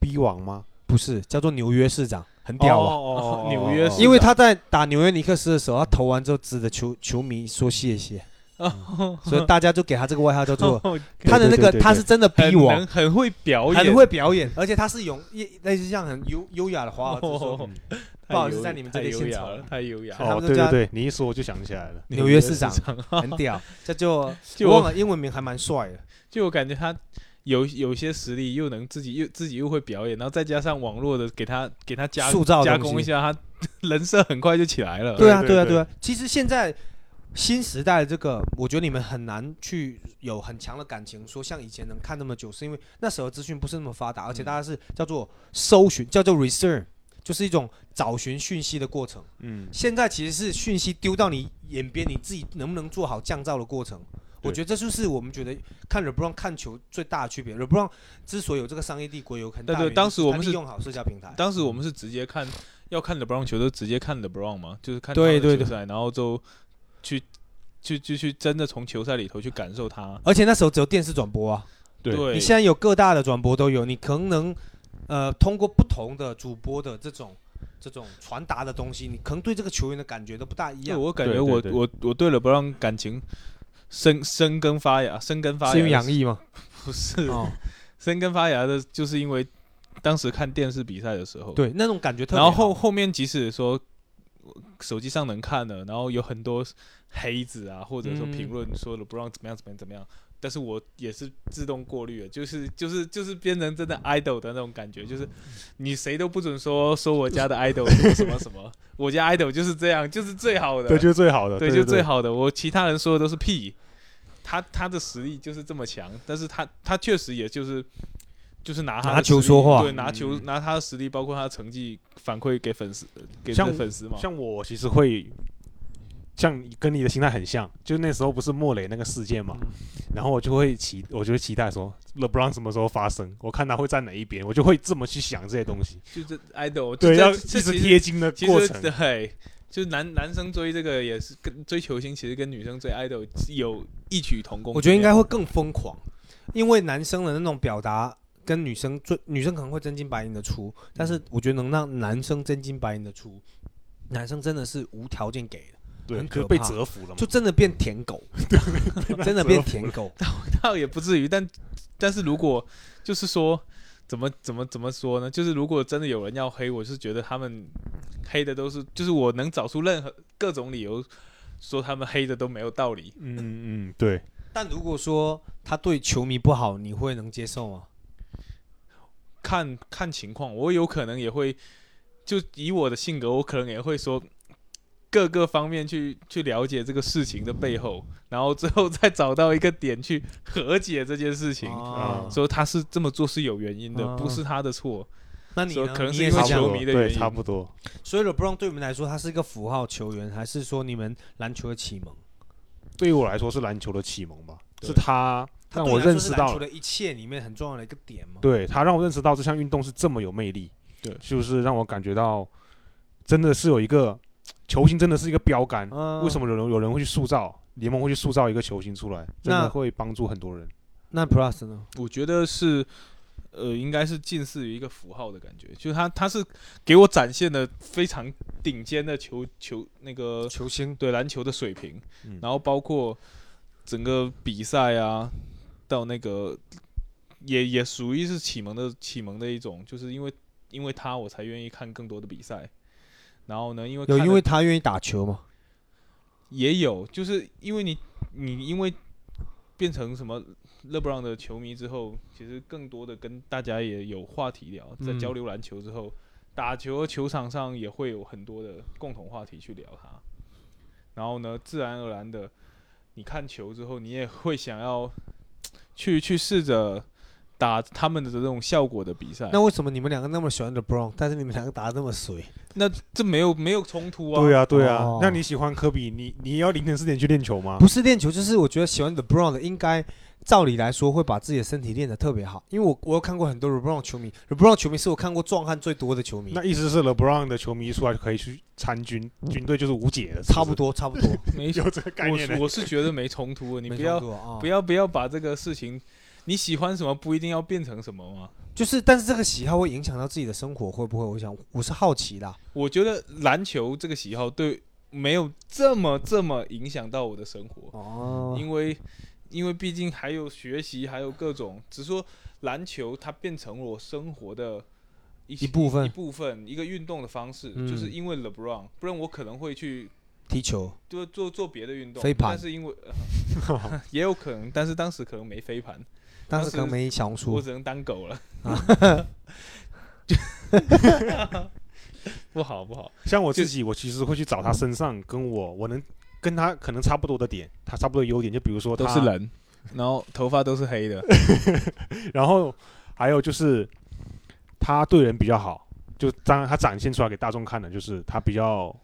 S5: 逼王吗？
S3: 不是叫做纽约市长，很屌啊。
S5: 哦哦
S4: 纽约市
S3: 因为他在打纽约尼克斯的时候，他投完之后指着球球迷说谢谢，
S4: 哦，
S3: 所以大家就给他这个外号叫 做
S5: 对
S3: 他的那
S5: 对
S3: 个
S5: 对对
S3: 他是真的
S4: 很
S3: 逼王
S4: 能，很会表演，
S3: 很会表演，而且他是用一类似像很优优雅的华尔兹说，嗯
S4: 哦
S3: 不好意思在你们这里
S4: 太优
S3: 献
S4: 雅
S3: 丑
S4: 了，太优雅了。
S3: 他
S5: 哦，
S3: 们都
S5: 对对
S3: 叫
S5: 对，你一说我就想起来了，
S3: 纽约市长
S4: 长，
S3: 很屌，叫做
S4: 就
S3: 我忘
S4: 我
S3: 了英文名还蛮帅的，
S4: 就我感觉他有有些实力，又能自己又自己又会表演，然后再加上网络的给他给他加
S3: 塑造
S4: 加
S3: 东
S4: 工一
S3: 西
S4: 下，他 人设很快就起来了。
S3: 对啊
S5: 对
S3: 对啊
S5: 对
S3: 对啊。其实现在新时代的这个，我觉得你们很难去有很强的感情，说像以前能看那么久，是因为那时候资讯不是那么发达，而
S4: 嗯
S3: 且大家是叫做搜寻，叫做 research，就是一种找寻讯息的过程。
S5: 嗯，
S3: 现在其实是讯息丢到你眼边，你自己能不能做好降噪的过程？我觉得这就是我们觉得看 LeBron 看球最大的区别。LeBron 之所以有这个商业帝国，有很大的
S4: 对对
S3: 原因
S4: 当时我们
S3: 他
S4: 是
S3: 利用好社交平台，
S4: 当时我们是直接看，要看 LeBron 球都直接看 LeBron 嘛，就是看
S3: 对
S4: 他的
S3: 对
S4: 球
S3: 对
S4: 赛，然后就去去去去真的从球赛里头去感受他。
S3: 而且那时候只有电视转播啊。
S5: 对，
S3: 你现在有各大的转播都有，你可能呃通过不同的主播的这种这种传达的东西，你可能对这个球员的感觉都不大一
S4: 对
S3: 样。
S4: 我感
S5: 对
S4: 觉
S5: 对
S4: 我
S5: 对
S4: 我我对 LeBron 感情生生根发芽，生根发芽的
S3: 逸吗？
S4: 不是
S3: 哦，
S4: 生根发芽的，就是因为当时看电视比赛的时候，
S3: 对，那种感觉特别好。
S4: 然后后后面即使说手机上能看的，然后有很多黑子啊，或者说
S3: 嗯
S4: 评论说了不让怎么样怎么样怎么样，但是我也是自动过滤了，就是就是就是变成真的 idol 的那种感觉，就是你谁都不准说说我家的 idol 什么什么什么，我家 idol 就是这样，就是最好的，
S5: 对，就是最好的，
S4: 对
S5: 啊对，
S4: 就
S5: 对
S4: 最。好的。我其他人说的都是屁，他他的实力就是这么强，但是他他确实也就是就是拿他的
S3: 拿球
S4: 实力
S3: 说话
S4: 对，拿球
S5: 嗯
S4: 拿他的实力，包括他的成绩反馈给粉丝给
S5: 像
S4: 粉丝嘛。
S5: 像我其实会，像跟你的心态很像，就那时候不是莫雷那个事件嘛，然后我就会期，我就会期待说 LeBron 什么时候发生，我看他会站哪一边，我就会这么去想这些东西，
S4: 就这 idol，就
S5: 对，
S4: 这
S5: 要一直
S4: 这其实
S5: 贴近的
S4: 其
S5: 过
S4: 实
S5: 程，
S4: 对，就男男生追这个也是跟追球星，其实跟女生追 idol 有异曲同工之妙。
S3: 我觉得应该会更疯狂，因为男生的那种表达跟女生最女生可能会真金白银的出，但
S4: 嗯
S3: 是我觉得能让男生真金白银的出，男生真的是无条 件给的，
S5: 对，
S3: 很
S5: 就
S3: 可
S5: 被
S3: 怕
S5: 折服了嘛，
S3: 就真的变舔狗，真的变舔狗。
S4: 倒也不至于，但但是如果就是说怎么怎么怎么说呢？就是如果真的有人要黑，我是觉得他们黑的都是，就是我能找出任何各种理由说他们黑的都没有道理。
S5: 嗯嗯，对，
S3: 但如果说他对球迷不好，你会能接受吗？
S4: 看看情况，我有可能也会，就以我的性格，我可能也会说各个方面去去了解这个事情的背后，然后最后再找到一个点去和解这件事情。
S3: 啊
S4: 说他是这么做是有原因的，
S3: 啊
S4: 不是他的错。
S3: 那你
S4: 所以
S3: 呢
S4: 可能
S3: 你
S4: 是
S3: 也
S4: 因为
S3: 这样
S4: 球
S5: 多
S4: 迷的原
S5: 对，
S4: 因
S5: 差不多，
S3: 所以 LeBron 对你们来说，他是一个符号球员，还是说你们篮球的启蒙？
S5: 对于我来说是篮球的启蒙吧，
S4: 对
S5: 是他
S3: 他
S5: 让
S3: 对你
S5: 我
S3: 来说
S5: 认
S3: 是
S5: 识
S3: 篮
S5: 到
S3: 球的一切里面很重要的一个点嘛。
S5: 对他让我认识到这项运动是这么有魅力，
S4: 对
S5: 就是让我感觉到真的是有一个球星，真的是一个标杆。
S3: 嗯
S5: 为什么有人有人会去塑造联盟会去塑造一个球星出来，真
S3: 那
S5: 的会帮助很多人。
S3: 那 Plus 呢？
S4: 我觉得是，呃，应该是近似于一个符号的感觉，就是他他是给我展现的非常顶尖的球球那个
S3: 球星
S4: 对篮球的水平，
S5: 嗯
S4: 然后包括整个比赛啊，到那个也也属于是启蒙的启蒙的一种，就是因为因为他我才愿意看更多的比赛，然后呢，因为
S3: 有
S4: 看
S3: 因
S4: 了
S3: 为他愿意打球嘛？
S4: 也有，就是因为你你因为变成什么勒布朗的球迷之后，其实更多的跟大家也有话题聊，在
S3: 嗯
S4: 交流篮球之后，打球球场上也会有很多的共同话题去聊它。然后呢，自然而然的，你看球之后，你也会想要去去试着打他们的这种效果的比赛。
S3: 那为什么你们两个那么喜欢 LeBron，但是你们两个打的那么水？
S4: 那这没有没有冲突啊？
S5: 对
S4: 啊，
S5: 啊，对啊。
S3: 哦
S5: 那你喜欢科比，你你要凌晨四点去练球吗？
S3: 不是练球，就是我觉得喜欢 LeBron 的应该照理来说会把自己的身体练得特别好，因为我我有看过很多 LeBron 球迷，LeBron 球迷是我看过壮汉最多的球迷
S5: 那，意思是 LeBron 的球迷一出来就可以去参军，军队就是无解的，
S3: 差不
S5: 多
S3: 多差不多，
S4: 没
S5: 有这个概
S4: 我
S5: 念
S4: 是
S5: 的。
S4: 我是觉得没冲突的，你
S3: 没
S4: 不
S3: 想
S4: 要
S3: 过啊
S4: 不要不要把这个事情，你喜欢什么不一定要变成什么嘛。
S3: 就是，但是这个喜好会影响到自己的生活，会不会？我想我是好奇的啊，
S4: 我觉得篮球这个喜好对没有这么这么影响到我的生活，
S3: 哦，
S4: 因为因为毕竟还有学习，还有各种，只是说篮球它变成我生活的一
S3: 一部分
S4: 一部分一个运动的方式，
S3: 嗯
S4: 就是因为 LeBron，不然我可能会去
S3: 踢球
S4: 就做做别的运动
S3: 飞，盘
S4: 但是因为、 呃也有可能，但是当时可能没飞盘，
S3: 当时
S4: 当时
S3: 可能没小红
S4: 我
S3: 书，
S4: 只能当狗了。啊 不好不好，
S5: 像我自己，我其实会去找他身上跟我我能跟他可能差不多的点，他差不多的优点，就比如说
S4: 都
S5: 他
S4: 是人，然后头发都是黑的，
S5: 然后还有就是他对人比较好，就当他展现出来给大众看的，就是他比较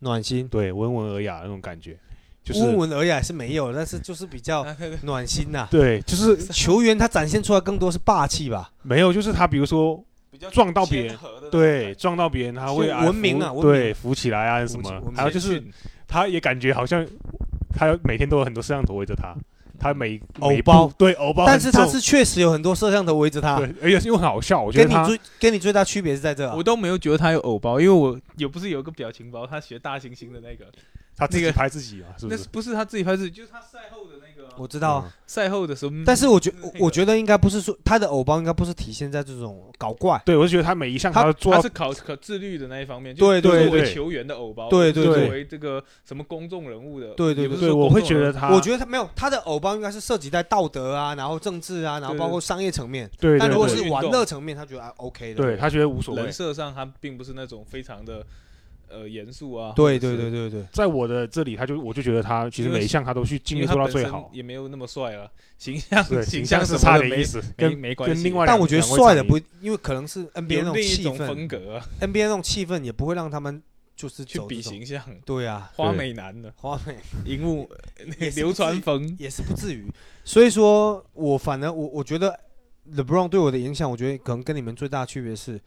S3: 暖心，
S5: 对温文尔雅的那种感觉，就是
S3: 温文尔雅是没有， 但是就是比较暖心呐、
S5: 对，就是
S3: 球员他展现出来更多是霸气 吧，
S5: 没有，就是他比如说
S4: 比较
S5: 撞到别人
S4: 谦和的那种
S5: 对
S4: 感觉，
S5: 撞到别人，他会
S3: 就
S5: 哎
S3: 文明啊
S5: 扶
S3: 文明
S5: 对扶起来啊什
S3: 文明文
S5: 么，
S3: 明
S5: 还有就是
S4: 谦逊
S5: 他也感觉好像他有每天都有很多摄像头围着他，他每
S3: 偶
S5: 每一步
S3: 包
S5: 对偶包很重，
S3: 但是他是确实有很多摄像头围着他，
S5: 对，而且是又很好笑，我觉得
S3: 跟你
S5: 他
S3: 最跟你最大区别是在这、啊
S4: 我，都没有觉得他有偶包，因为我 有不是有个表情包，他学大猩猩的那个，
S5: 他自
S4: 那
S5: 己
S4: 个
S5: 拍自己嘛，是不
S4: 那
S5: 是？
S4: 不是他自己拍自己，就是他赛后的那个啊、
S3: 我嗯知道啊。
S4: 赛后的时候。嗯
S3: 但是我觉
S4: 那个
S3: 我觉得应该不是说他的偶包应该不是体现在这种搞怪，
S5: 对，我就觉得他每一项
S3: 他
S5: 他都做
S4: 他
S5: 到
S4: 是考考自律的那一方面，
S3: 对
S4: 就
S5: 对
S4: 作为
S5: 对
S4: 球员的偶包，
S3: 对
S4: 不是
S5: 对对
S4: 作为这个什么公众人物的，
S3: 对对
S4: 也不是
S5: 对，
S4: 说
S5: 我
S4: 公
S5: 会
S4: 众
S5: 觉
S4: 人
S5: 得
S4: 物
S5: 他，
S3: 我觉得他没有他的偶包应该是涉及在道德啊，然后政治啊，然后
S4: 对
S3: 包括
S4: 对
S3: 商业层面。
S5: 对，
S3: 但
S5: 对
S3: 如果
S5: 对
S3: 是
S4: 运
S3: 玩
S4: 动
S3: 乐层面，他觉得啊 OK 的。
S5: 对他觉得无所谓
S4: 人。设上他并不是那种非常的呃严肃啊，
S3: 对
S4: 或者
S3: 对
S4: 是
S3: 对，对对，
S5: 在我的这里，他就我就觉得他其实
S4: 因为
S5: 每一项他都去尽
S4: 因
S5: 力
S4: 为他
S5: 做到
S4: 本
S5: 最
S4: 身
S5: 好，
S4: 也没有那么帅了，形 象
S5: 对，
S4: 形
S5: 象
S4: 什
S5: 是
S4: 么
S5: 差
S4: 的
S5: 的
S4: 没
S5: 意思，
S4: 没
S5: 跟
S4: 没关系，
S5: 跟另外
S3: 但
S5: 两
S3: 我觉得
S5: 两位
S3: 帅的
S5: 场地
S3: 不，因为可能是 NBA 那
S4: 有
S3: 种
S4: 另一
S3: 气
S4: 种风
S3: 氛
S4: 格啊
S3: ，NBA 那种气氛也不会让他们就是
S4: 去
S3: 走
S4: 比
S3: 这种。
S4: 形象，
S3: 对啊，
S4: 花
S5: 对
S4: 美 男的
S3: 花美
S4: 荧幕 那
S3: 也
S4: 个
S3: 是
S4: 流
S3: 不至
S4: 川
S3: 于
S4: 枫，
S3: 也是不至于。所以说我反正我我觉得 LeBron 对我的影响，我觉得可能跟你们最大的区别是，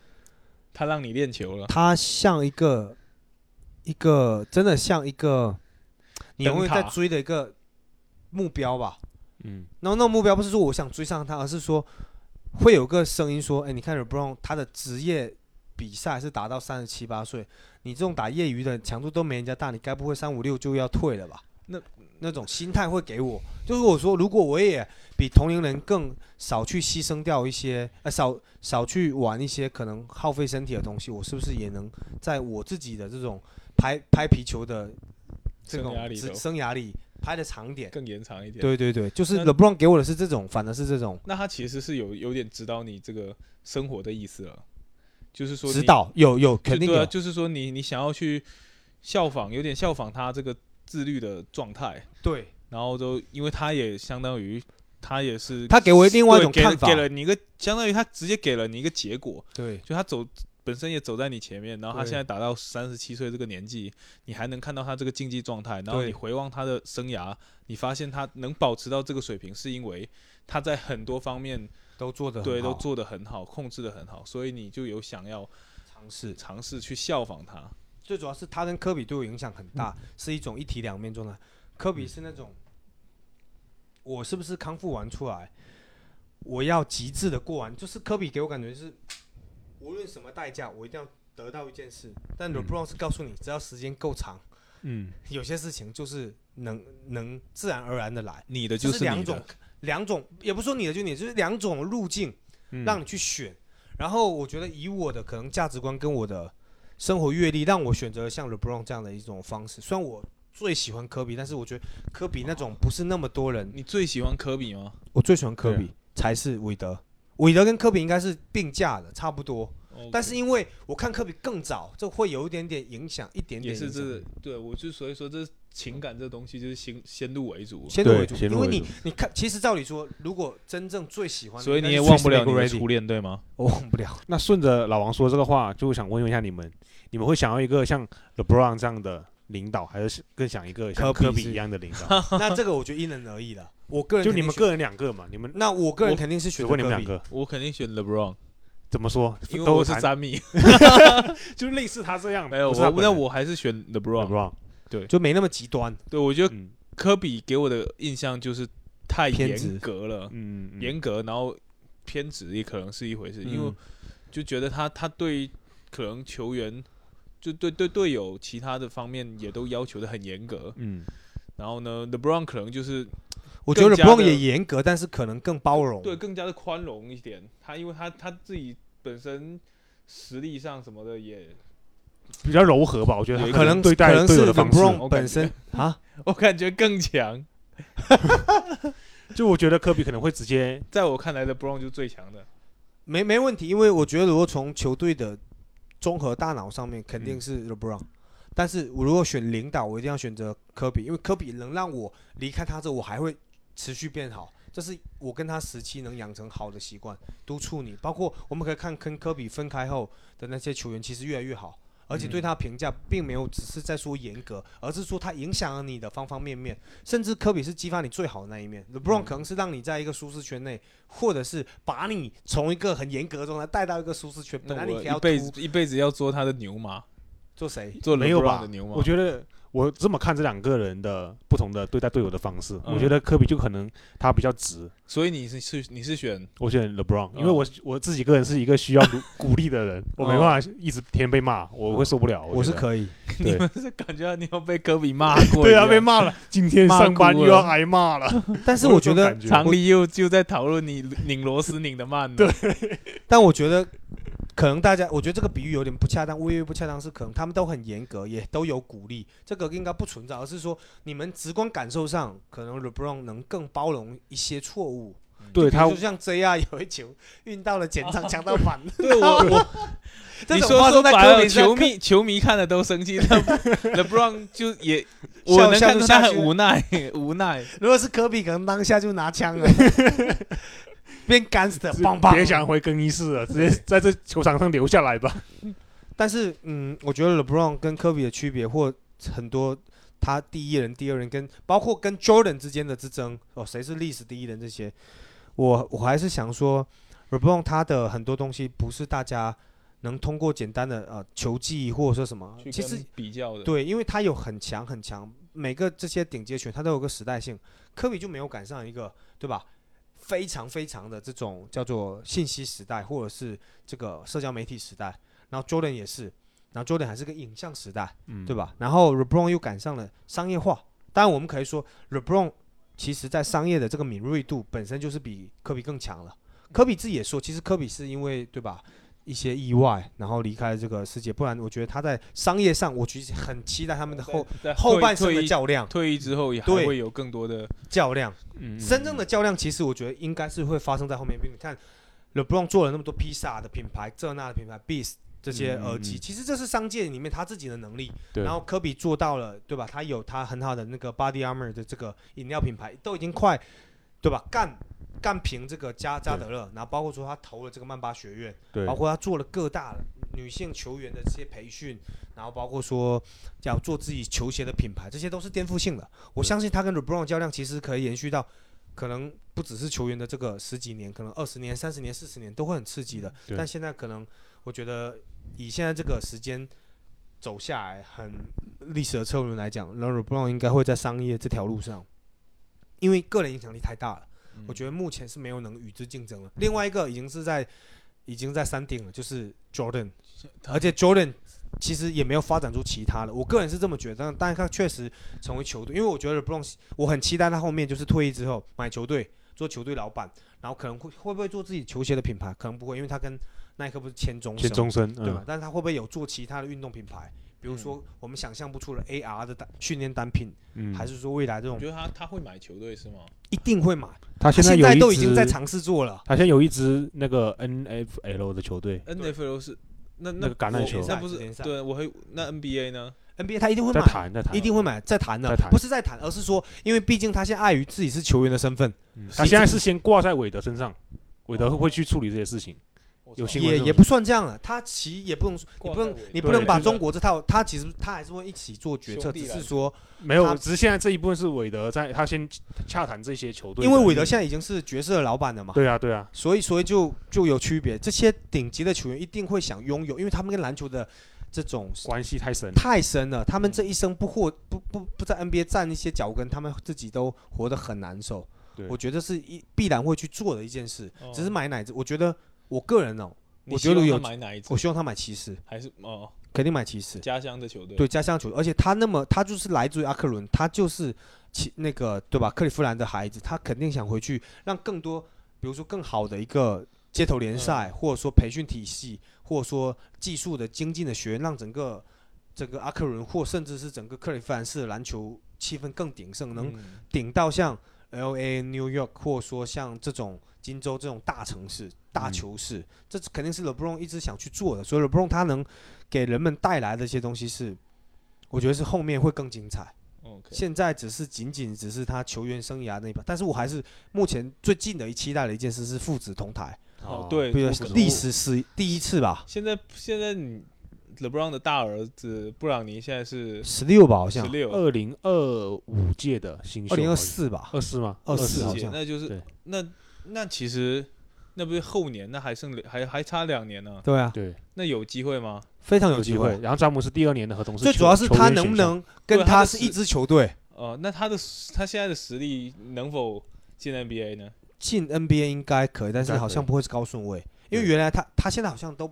S4: 他让你练球了，
S3: 他像一个一个真的像一个你永远在
S4: 灯塔
S3: 追的一个目标吧。
S5: 嗯，
S3: 然后那种目标不是说我想追上他，而是说会有个声音说：“哎，你看 LeBron 他的职业比赛是打到三十七八岁，你这种打业余的强度都没人家大，你该不会三五六就要退了吧？”
S4: 那
S3: 那种心态会给我，就是我说，如果我也比同龄人更少去牺牲掉一些，呃，少少去玩一些可能耗费身体的东西，我是不是也能在我自己的这种拍拍皮球的这
S4: 生
S3: 种
S4: 涯里
S3: 职
S4: 头
S3: 生涯里拍的长点？
S4: 更延长一点。
S3: 对对对，就是
S4: 那
S3: LeBron 给我的是这种，反而是这种
S4: 那他其实是有有点指导你这个生活的意思了，就是说
S3: 指
S4: 你
S3: 导，有有
S4: 就
S3: 肯定
S4: 对啊，
S3: 有，
S4: 就是说你你想要去效仿，有点效仿他这个自律的状态，
S3: 对
S4: 然后都因为他也相当于他也是
S3: 他给我另外一种
S4: 对给了
S3: 看法
S4: 给，了你一个相当于他直接给了你一个结果，
S3: 对
S4: 就他走本身也走在你前面，然后他
S3: 对
S4: 现在打到三十七岁这个年纪，你还能看到他这个竞技状态，然后
S3: 对
S4: 你回望他的生涯，你发现他能保持到这个水平，是因为他在很多方面
S3: 都做的
S4: 对都做得很好，控制得很好，所以你就有想要
S3: 尝试。
S4: 尝试去效仿他。
S3: 最主要是他跟科比对我影响很大，
S4: 嗯
S3: 是一种一体两面状态。科比是那种，我是不是康复完出来，我要极致的过完，就是科比给我感觉是，无论什么代价，我一定要得到一件事。但
S4: 嗯
S3: LeBron 是告诉你，只要时间够长，
S5: 嗯，
S3: 有些事情就是能能自然而然的来。
S4: 你的
S3: 这
S4: 就是
S3: 两
S4: 你
S3: 种
S4: 的，，
S3: 两种也不是说你的就你，就是两种路径
S4: 嗯
S3: 让你去选。然后我觉得以我的可能价值观跟我的生活阅历，让我选择像 LeBron 这样的一种方式。虽然我最喜欢科比，但是我觉得科比那种不是那么多人，
S4: 你最喜欢科比吗？
S3: 我最喜欢科
S4: 啊
S5: 对
S3: 比才是韦德。韦德跟科比应该是并驾的，差不多。但是因为我看科比更早，这会有一点点影响，一点
S4: 也
S3: 点
S4: 是
S3: 影响
S4: 这，对我就所以说这情感这东西就是先先入为主，
S3: 先入为
S5: 对
S3: 主，
S5: 先入
S3: 因为
S5: 为
S3: 你
S5: 主
S3: 你看，其实照理说，如果真正最喜欢的
S4: 所以
S3: 应该
S4: 你
S3: 是
S4: 也
S3: Tracy
S4: 忘不了你的
S3: McGrady
S4: 初恋，对吗？
S3: 我忘不了。
S5: 那顺着老王说这个话，就想问一下你们，你们会想要一个像 LeBron 这样的领导，还是更想一个
S3: 科
S5: 像
S3: 比
S5: 科比
S3: 是
S5: 一样的领 导？
S3: 那这个我觉得因人而异了。我个人
S5: 就
S3: 肯
S5: 你
S3: 定
S5: 们
S3: 选，
S5: 个人两个嘛，你们
S3: 那我个人
S5: 我
S3: 肯定是
S5: 只
S3: 选择
S5: 问你们
S3: 科
S5: 两
S3: 比。
S5: 个
S4: 我肯定选 LeBron，
S5: 怎么说？
S4: 因为
S5: 都
S4: 我是
S5: 谈
S4: 三米，
S5: 就是类似他这样，
S4: 没有
S5: 不是他
S4: 我，
S5: 本
S4: 那
S5: 人
S4: 我还是选 LeBron。
S5: LeBron
S3: 就没那么极端，
S4: 对，我觉得
S5: 嗯
S4: 科比给我的印象就是太
S3: 偏
S4: 严
S3: 执
S4: 格了，
S5: 嗯嗯
S4: 严格，然后偏执也可能是一回事，因为
S3: 嗯
S4: 就觉得他他对可能球员就对对队友其他的方面也都要求的很严格，
S5: 嗯
S4: 然后呢，LeBron 可能就是
S3: 我觉得
S4: 更加
S3: LeBron
S4: 的
S3: 也严格，但是可能更包容。
S4: 对，更加的宽容一点，他因为他他自己本身实力上什么的也，
S5: 比较柔和吧，我觉得他
S4: 有一个
S3: 可能
S5: 对
S3: 可
S5: 待
S3: 能
S5: 队友
S3: 是
S5: 的方式，
S4: 我
S3: LeBron
S4: 感
S3: 本身啊，
S4: 我感觉更强，
S5: 就我觉得科比可能会直接
S4: 在我看来，LeBron 就是最强的，
S3: 没没问题，因为我觉得如果从球队的综合大脑上面，肯
S4: 嗯
S3: 定是 LeBron。但是我如果选领导，我一定要选择科比，因为科比能让我离开他这，我还会持续变好。这是我跟他时期能养成好的习惯，督促你。包括我们可以看跟科比分开后的那些球员，其实越来越好，而且对他评价并没有只是在说严
S4: 嗯
S3: 格，而是说他影响了你的方方面面。甚至科比是激发你最好的那一面，LeBron 可能是让你在一个舒适圈内，或者是把你从一个很严格的状态带到一个舒适圈。
S4: 那
S3: 本来你可
S4: 我
S3: 以要
S4: 一辈
S3: 突
S4: 子一辈子要做他的牛马，
S3: 做谁？
S4: 做
S5: 没有
S4: LeBron
S5: 吧
S4: 的牛马，
S5: 我觉得我这么看这两个人的不同的对待队友的方式，
S4: 嗯
S5: 我觉得科比就可能他比较直，
S4: 所以你是是你是选
S5: 我选 LeBron，
S4: 嗯
S5: 因为我我自己个人是一个需要鼓鼓励的人，我没办法一直天天被骂，我会受不了。
S3: 我是
S5: 觉得
S3: 可以，
S5: 对
S4: 你们是感觉你要被科比骂过一
S5: 对啊，
S4: 样，
S5: 被骂了，今天
S4: 骂
S5: 上班
S4: 哭
S5: 又要
S4: 了
S5: 挨骂了。
S3: 但是我觉得
S5: 有这种感
S4: 常理又就在讨论你拧螺丝拧的慢，对，
S3: 但我觉得可能大家，我觉得这个比喻有点不恰当，微微不恰当是可能他们都很严格，也都有鼓励，这个应该不存在，而是说你们直观感受上，可能 LeBron 能更包容一些错误。
S5: 对
S3: 比
S5: 他
S3: 如就像 JR 有一球运到了前场，抢到反，
S4: 对我我
S3: 这
S4: 你
S3: 种
S4: 说
S3: 话
S4: 说
S3: 在
S4: 白
S3: 科
S4: 了，
S3: 比身上
S4: 球
S3: 看
S4: 迷球迷看了都生气那，LeBron 就也
S3: 笑
S4: 我能
S3: 笑
S4: 看
S3: 就
S4: 出
S3: 下
S4: 他很
S3: 去了
S4: 无奈无奈，
S3: 如果是科比，可能当下就拿枪了， 变 gangster，棒棒。
S5: 别想回更衣室了，直接在这球场上留下来吧。
S3: 但是，嗯，我觉得 LeBron 跟科比的区别，或很多他第一人、第二人跟包括跟 Jordan 之间的之争，哦，谁是历史第一人这些，我我还是想说，LeBron 他的很多东西不是大家能通过简单的呃球技或者说什么，其实
S4: 比较的，
S3: 对，因为他有很强很强，每个这些顶级的球员他都有个时代性，科比就没有赶上一个，对吧？非常非常的这种叫做信息时代，或者是这个社交媒体时代，然后 Jordan 也是，然后 Jordan 还是个影像时代，
S5: 嗯
S3: 对？吧？然后 LeBron 又赶上了商业化，当然我们可以说 LeBron 其实在商业的这个敏锐度本身就是比科比更强了。科比自己也说，其实科比是因为对吧一些意外，然后离开了这个世界，不然我觉得他在商业上，我其实很期待他们的后
S4: 在
S3: 后
S4: 退
S3: 半生
S4: 退
S3: 的
S4: 役
S3: 较量
S4: 退役之后也还
S3: 对
S4: 会有更多的，
S3: 较量。
S5: 嗯
S3: 真正的较量，其实我觉得应该是会发生在后面。比如你看，LeBron 做了那么多披萨的品牌，这那的品牌，Beats 这些
S5: 嗯嗯
S3: 耳机，
S5: 嗯
S3: 其实这是商界里面他自己的能力。
S5: 对
S3: 然后科比做到了，对吧？他有他很好的那个 Body Armor 的这个饮料品牌，都已经快，对吧？干干平这个加加德勒，然后包括说他投了这个曼巴学院，
S5: 对
S3: 包括他做了各大女性球员的这些培训，然后包括说要做自己球鞋的品牌，这些都是颠覆性的。我相信他跟 LeBron 较量，其实可以延续到可能不只是球员的这个十几年，可能二十年、三十年、四十年都会很刺激的。
S5: 嗯对
S3: 但现在可能我觉得以现在这个时间走下来，很历史的车轮来讲，那 LeBron 应该会在商业这条路上，因为个人影响力太大了。我觉得目前是没有能与之竞争了。另外一个已经是在已经在山顶了，就是 Jordan，而且 Jordan 其实也没有发展出其他的。我个人是这么觉得，但但他确实成为球队，因为我觉得 LeBron，我很期待他后面就是退役之后买球队，做球队老板，然后可能会会不会做自己球鞋的品牌，可能不会，因为他跟耐克不是签终
S5: 全
S3: 身
S5: 终身，
S3: 对吧？
S5: 嗯，
S3: 但是他会不会有做其他的运动品牌？比如说，我们想象不出的 AR 的单训练单品，
S5: 嗯
S3: 还是说未来这
S4: 我
S3: 种
S4: 觉得他他会买球队是吗？
S3: 一定会买？
S5: 他现
S3: 在
S5: 有一
S3: 都已经在
S5: 支
S3: 尝试做了。
S5: 他现在有一支那个 NFL 的球
S3: 呃
S5: 队，
S4: NFL 是那
S5: 那个橄榄
S4: 我
S5: 球
S4: 那不是
S3: 联赛
S4: 对，我还那 NBA 呢？
S3: NBA 他一定会
S5: 在
S3: 买，
S5: 谈在谈，
S3: 一定会买，在谈的
S5: 在，谈
S3: 不是在谈，而是说，因为毕竟他现在碍于自己是球员的身份，哦
S5: 嗯他现在是先挂在韦德身上，韦德会去处理这些事情，有新闻
S3: 也
S5: 是吧
S3: 也不算这样了，他其实也不能，你不
S4: 挂在
S3: 能
S4: 尾，
S3: 你
S5: 端
S3: 不能把
S4: 对对
S3: 中国这套，他其实他还是会一起做决策，
S4: 兄弟
S3: 只
S4: 来
S3: 是
S4: 着
S3: 说，
S5: 没
S3: 他
S5: 有，只是现在这一部分是韦德在他先洽谈这些球队的，
S3: 因为韦德现在已经是角色老板了嘛，
S5: 对啊对啊，
S3: 所以所以就就有区别。这些顶级的球员一定会想拥有，因为他们跟篮球的这种
S5: 关系太
S4: 嗯
S5: 深了，
S3: 太深了，他们这一生不获不不不在 NBA 站一些脚跟，他们自己都活得很难受
S5: 对。
S3: 我觉得是一必然会去做的一件事，
S4: 哦
S3: 只是买奶子。我觉得我个人哦，
S4: 你
S3: 我
S4: 希
S3: 觉得
S4: 望
S3: 有
S4: 他买哪一支
S3: 我？希望他买骑士，
S4: 还是哦，
S3: 肯定买骑士。
S4: 家乡的球队。
S3: 对，家乡球，而且他那么他就是来自于阿克伦，他就是其那个对吧？克利夫兰的孩子，他肯定想回去，让更多，比如说更好的一个街头联赛，或者说培训体系，或者说技术的精进的学院，让整个整个阿克伦或甚至是整个克利夫兰市的篮球气氛更鼎盛，能
S4: 嗯
S3: 顶到像 L A、New York，或者说像这种金州这种大城市、大
S5: 嗯
S3: 球市，这肯定是 LeBron 一直想去做的。所以 LeBron 他能给人们带来的一些东西是，我觉得是后面会更精彩。
S4: 哦 OK，
S3: 现在只是仅仅只是他球员生涯那一把，但是我还是目前最近的一期待的一件事是父子同台，
S4: 哦，对，
S3: 比如
S4: 我
S3: 说
S4: 不
S3: 历史史第一次吧，
S4: 现在现在你 LeBron 的大儿子布朗尼现在是
S3: 十六吧好
S4: 十
S3: 像，
S4: 六，
S5: 二零二五届的新秀，
S3: 二零二四吧，
S5: 二四吗？
S3: 24
S5: 24
S3: 好
S5: 届
S3: 像
S4: 那就是
S5: 对
S4: 那那其实那不是后年，那还剩还还差两年呢，
S3: 对啊，
S5: 对，
S4: 那有机会吗？
S3: 非常有
S5: 有
S3: 机
S5: 机
S3: 会
S5: 会。。然后詹姆斯第二年的合同是球，
S3: 最主要是
S5: 球
S3: 他
S5: 员
S3: 能
S5: 选
S3: 不
S5: 项
S3: 能跟
S4: 对他
S3: 他
S4: 的
S3: 是
S4: 是
S3: 一支球队
S4: 哦，那他的他现在的实力能否进 NBA 呢？
S3: 进 NBA 应该可以，但是
S5: 应该
S3: 好像
S5: 可以
S3: 不会是高顺位，因为
S5: 对
S3: 原来他他现在好像都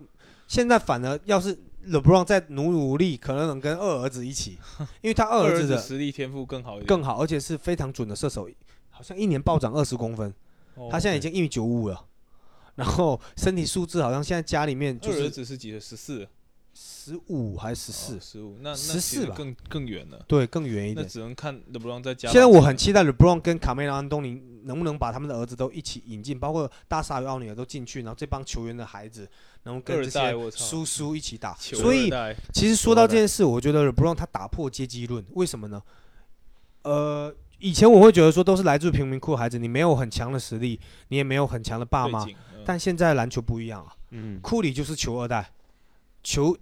S3: 现在反而要是 LeBron 再努努力，可能能跟二儿子一起，因为他二
S4: 二
S3: 儿子的
S4: 实力天赋更好一点，
S3: 更好，而且是非常准的射手，好像一年暴涨二十公分，
S4: 嗯哦
S3: 他现在已经一米九五了，然后身体素质好像现在家里面就
S4: 二儿
S3: 是
S4: 子是几岁？十四，哦
S3: 十五还是十四、
S4: 十五，那那
S3: 14
S4: 其实
S3: 吧
S4: 更更远了。
S3: 对，更远一
S4: 那
S3: 点。
S4: 只能看 LeBron 在加。
S3: 现在我很期待 LeBron 跟卡梅隆·安东尼能不能把他们的儿子都一起引进，包括大鲨鱼奥尼尔都进去，然后这帮球员的孩子能够跟
S4: 二
S3: 这
S4: 代
S3: 些
S4: 我操
S3: 叔叔一起打。
S4: 求
S3: 所
S4: 二
S3: 以
S4: 代
S3: 其实说到这件事，我觉得 LeBron 他打破阶级论，为什么呢？呃，以前我会觉得说都是来自贫民窟的孩子，你没有很强的实力，你也没有很强的爸
S4: 背
S3: 妈，
S4: 景，嗯
S3: 但现在篮球不一样啊。
S5: 嗯，
S3: 库里就是球二代，球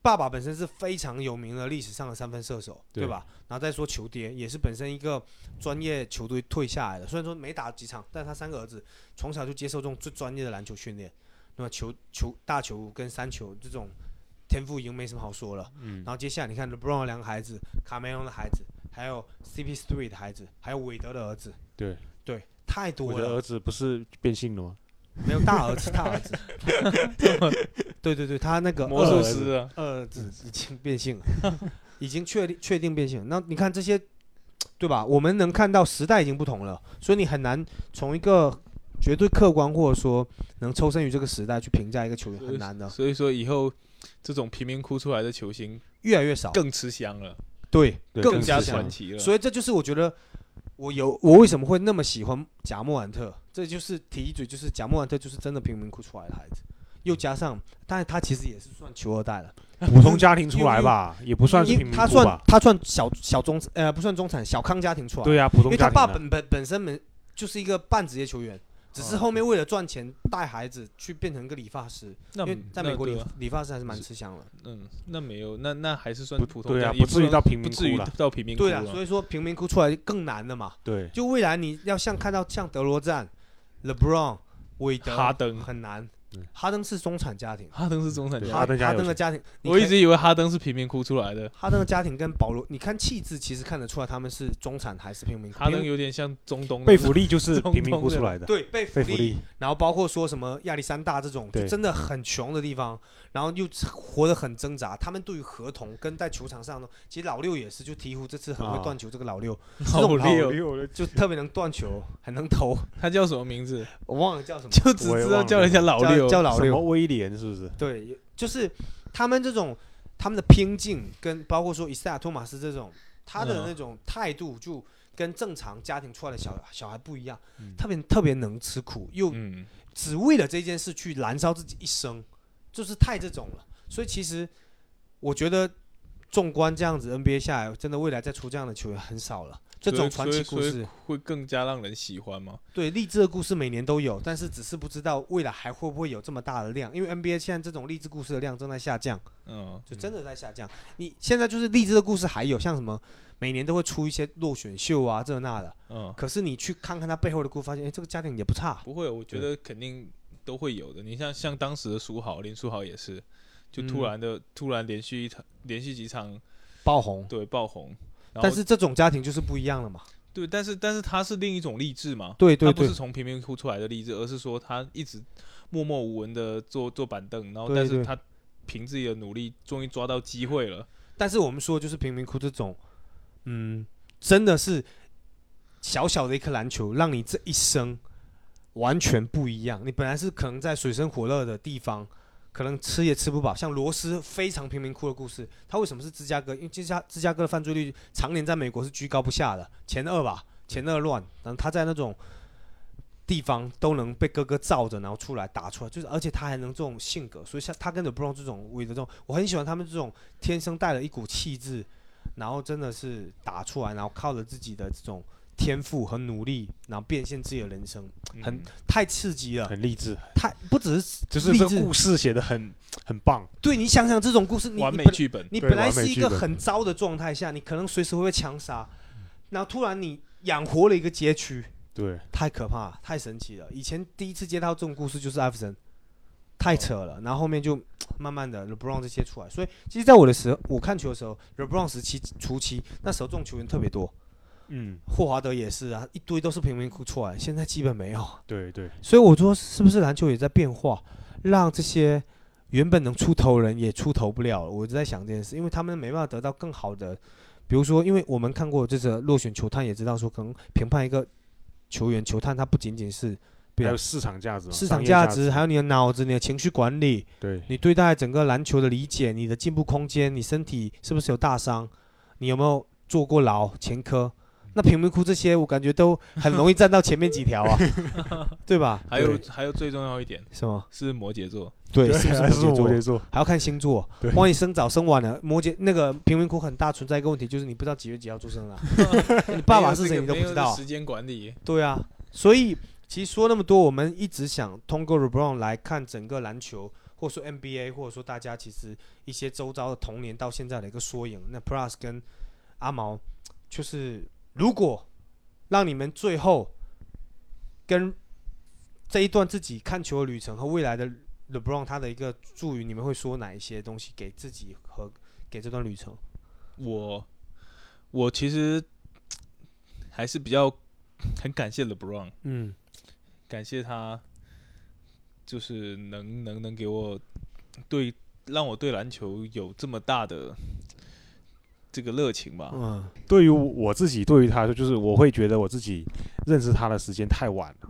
S3: 爸爸本身是非常有名的历史上的三分射手，对
S5: 对
S3: 吧？然后再说球爹，也是本身一个专业球队退下来的，虽然说没打几场，但他三个儿子从小就接受这种最专业的篮球训练。那么球球大球跟三球这种天赋已经没什么好说了。
S5: 嗯
S3: 然后接下来你看 LeBron 的两个孩子，卡梅隆的孩子，还有 CP3 的孩子，还有韦德的儿子。
S5: 对
S3: 对，太多
S5: 我
S3: 了。
S5: 的儿子不是变性了 吗？
S3: 没有大儿子，大儿子。 对对对，他那个
S5: 魔
S4: 魔
S5: 术
S4: 术
S3: 二
S5: 师
S4: 师啊，
S3: 二儿子已经变性了，已经确定确定变性了。那你看这些，对吧？我们能看到时代已经不同了，所以你很难从一个绝对客观或者说能抽身于这个时代去评价一个球员，很难的，
S4: 所以说以后这种贫民窟出来的球星
S3: 越来越少。
S4: 更吃香了，
S3: 对，
S5: 对啊
S3: 更
S4: 更
S5: 吃
S4: 加
S5: 香
S4: 传奇了。
S3: 所以这就是我觉得我有我为什么会那么喜欢贾莫兰特，这就是提一嘴，就是贾莫兰特就是真的贫民窟出来的孩子，又加上，但是他其实也是算球二代了。
S5: 普通家庭出来吧，也不算是
S3: 因为
S5: 贫民
S3: 他
S5: 窟
S3: 算
S5: 吧？
S3: 他算小小中呃不算中产小康家庭出来，
S5: 对啊，普
S3: 因
S5: 通
S3: 为
S5: 家
S3: 他
S5: 庭
S3: 爸
S5: 啊。
S3: 本本本身没就是一个半职业球员，只是
S5: 哦
S3: 后面为了赚钱带孩子去变成一个理发师，
S4: 那
S3: 因为在美国
S4: 那
S3: 理
S4: 对啊
S3: 理发师还是蛮吃香的。
S4: 嗯，那没有，那那还是算
S5: 不
S4: 普通
S5: 对
S4: 家
S5: 啊，
S4: 庭，也
S5: 不至于
S4: 能
S5: 到贫
S4: 不
S5: 民
S4: 至
S5: 窟
S4: 于
S5: 了。
S4: 到贫民窟
S3: 对啊，
S4: 了。
S3: 所以说贫民窟出来更难的嘛。
S5: 对，
S3: 就未来你要像看到像德罗赞、LeBron、韦德、
S4: 哈登
S3: 很难
S5: 嗯，
S3: 哈登是中产家庭，
S4: 哈登是中产
S5: 对
S4: 家
S5: 哈
S4: 庭，
S5: 登家
S3: 哈
S5: 有
S3: 登的
S5: 钱
S3: 家庭，你
S4: 我一
S3: 看
S4: 直以为哈登是贫民窟出来的，
S3: 哈登的家庭跟保罗，你看气质其实看得出来他们是中产还是贫民窟。
S4: 哈登
S3: 贫
S4: 有点像中东的
S5: 贝弗利就是
S4: 中
S5: 贫民窟
S4: 东的
S5: 出来的，
S3: 对被福
S5: 贝弗
S3: 利
S5: 利
S3: 然后包括说什么亚历山大这种，就
S5: 对
S3: 真的很穷的地方，然后又活得很挣扎。他们对于合同跟在球场上呢，其实老六也是，就鹈鹕这次很会
S5: 啊
S3: 断球，这个老六
S4: 老
S3: 六
S4: 六，
S3: 就特别能断球，很能投，
S4: 他叫什么 名字？
S3: 我忘了叫什么，
S4: 就只
S5: 我也
S4: 知道
S5: 忘了
S4: 叫人家 老
S3: 叫
S4: 六。
S3: 叫老
S5: 什么
S3: 六。啊
S5: 威廉是不是？
S3: 对，就是他们这种他们的拼劲跟包括说以赛亚托马斯这种他的
S4: 嗯
S3: 那种态度就。跟正常家庭出来的小小孩不一样，
S5: 嗯
S3: 特别特别能吃苦，又
S4: 嗯，
S3: 只为了这件事去燃烧自己一生，就是太这种了。所以其实我觉得，纵观这样子 NBA 下来，真的未来再出这样的球员很少了。这
S4: 所以
S3: 种传奇故
S4: 所以所以
S3: 事，
S4: 会更加让人喜欢吗？
S3: 对励志的故事每年都有，但是只是不知道未来还会不会有这么大的量，因为 NBA 现在这种励志故事的量正在下降，
S4: 嗯，
S3: 就真的在下降。你现在就是励志的故事还有像什么，每年都会出一些落选秀啊这那的，
S4: 嗯，
S3: 可是你去看看他背后的故事，发现哎这个家庭也不差，
S4: 不会，我觉得肯定都会有的。你像像当时的苏豪，林书豪也是，就
S3: 嗯
S4: 突然的、突然连续一场连续几场
S3: 爆红。
S4: 对爆红，然后
S3: 但是这种家庭就是不一样了嘛。
S4: 对，但是但是他是另一种励志嘛，
S3: 对对
S4: 他不
S3: 对
S4: 是从贫民窟出来的励志，而是说他一直默默无闻的坐坐板凳，然后
S3: 对
S4: 但是
S3: 对
S4: 他凭自己的努力，终于抓到机会了。
S3: 但是我们说，就是贫民窟这种，嗯，真的是小小的一颗篮球，让你这一生完全不一样。你本来是可能在水深火热的地方，可能吃也吃不饱。像罗斯非常贫民窟的故事，他为什么是芝加哥？因为芝加芝加哥的犯罪率常年在美国是居高不下的，前二吧，前二乱。然后他在那种地方都能被哥哥罩着，然后出来打出来，就是而且他还能这种性格，所以像他跟着 Brown 这种韦德这种，我很喜欢他们这种天生带了一股气质，然后真的是打出来，然后靠着自己的这种天赋和努力，然后变现自己的人生，很
S5: 嗯
S3: 太刺激了，
S5: 很励志，
S3: 太不只是
S5: 就是
S3: 励
S5: 这
S3: 志
S5: 个故事写的很很棒，
S3: 对你想想这种故事，你
S4: 完
S3: 你
S4: 美
S3: 本
S4: 剧本，
S3: 你
S5: 对
S3: 本来
S5: 完美
S3: 是一
S5: 剧
S3: 个
S5: 本
S3: 很糟的状态下，你可能随时会被枪杀，然后突然你养活了一个街区，
S5: 对，
S3: 太可怕了，太神奇了。以前第一次接到这种故事就是艾弗森，太扯了。然后后面就慢慢的 LeBron 这些出来，所以其实在我的时候，我看球的时候，LeBron 时期初期那时候这种球员特别多，
S5: 嗯，
S3: 霍华德也是啊，一堆都是贫民窟出来，现在基本没有。
S5: 对对，
S3: 所以我说，是不是篮球也在变化，让这些原本能出头人也出头不了了？我就在想这件事，因为他们没办法得到更好的，比如说，因为我们看过这次落选球探，也知道说，可能评判一个球员球探，他不仅仅是对啊
S5: 还有市场价值嘛，
S3: 市
S5: 商
S3: 场
S5: 业
S3: 价
S5: 价
S3: 值，还有你的脑子、你的情绪管理、
S5: 对，
S3: 你对待整个篮球的理解、你的进步空间、你身体是不是有大伤、你有没有坐过牢、前科。那贫民窟这些，我感觉都很容易站到前面几 条啊，对吧？
S4: 还有还有最重要一点
S3: 什么？
S4: 是摩羯座，
S3: 对，
S5: 对
S3: 是不
S5: 还
S3: 是摩
S5: 摩
S3: 羯座？
S5: 羯座，
S3: 还要看星座，
S5: 对
S3: 万一生早生晚了，摩羯那个贫民窟很大存在一个问题，就是你不知道几月几号出 生的啊、 你爸爸是谁你都
S4: 没
S3: 不
S4: 有
S3: 知
S4: 这个
S3: 道啊
S4: 时。间管理，
S3: 对啊，所以其实说那么多，我们一直想通过 LeBron 来看整个篮球，或者说 NBA，或者说大家其实一些周遭的童年到现在的一个缩影。那 Plus 跟阿毛，就是如果让你们最后跟这一段自己看球的旅程和未来的 LeBron 他的一个祝语，你们会说哪一些东西给自己和给这段旅程？
S4: 我我其实还是比较很感谢 LeBron，
S3: 嗯，
S4: 感谢他，就是能能能给我对让我对篮球有这么大的这个热情吧。
S3: 嗯，
S5: 对于我自己，对于他来说，就是我会觉得我自己认识他的时间太晚了，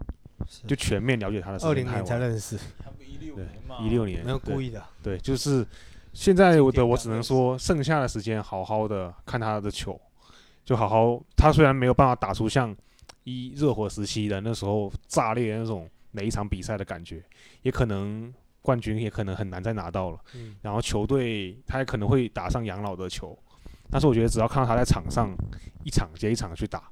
S5: 就全面了解他的时
S3: 二
S5: 间
S3: 零
S5: 太
S3: 年才
S5: 晚了。
S3: 认识，
S4: 他们一六
S5: 对
S4: 年嘛，
S5: 一六年，
S3: 没有
S5: 对
S3: 故意的。
S5: 对，就是现在我的
S4: 经典
S5: 我
S4: 版
S5: 只
S4: 的
S5: 能说，剩下的时间好好的看他的球，就好好。他虽然没有办法打出像一热火时期的那时候炸裂的那种每一场比赛的感觉，也可能冠军也可能很难再拿到了。
S3: 嗯
S5: 然后球队他也可能会打上养老的球，但是我觉得只要看到他在场上一场接一场去打，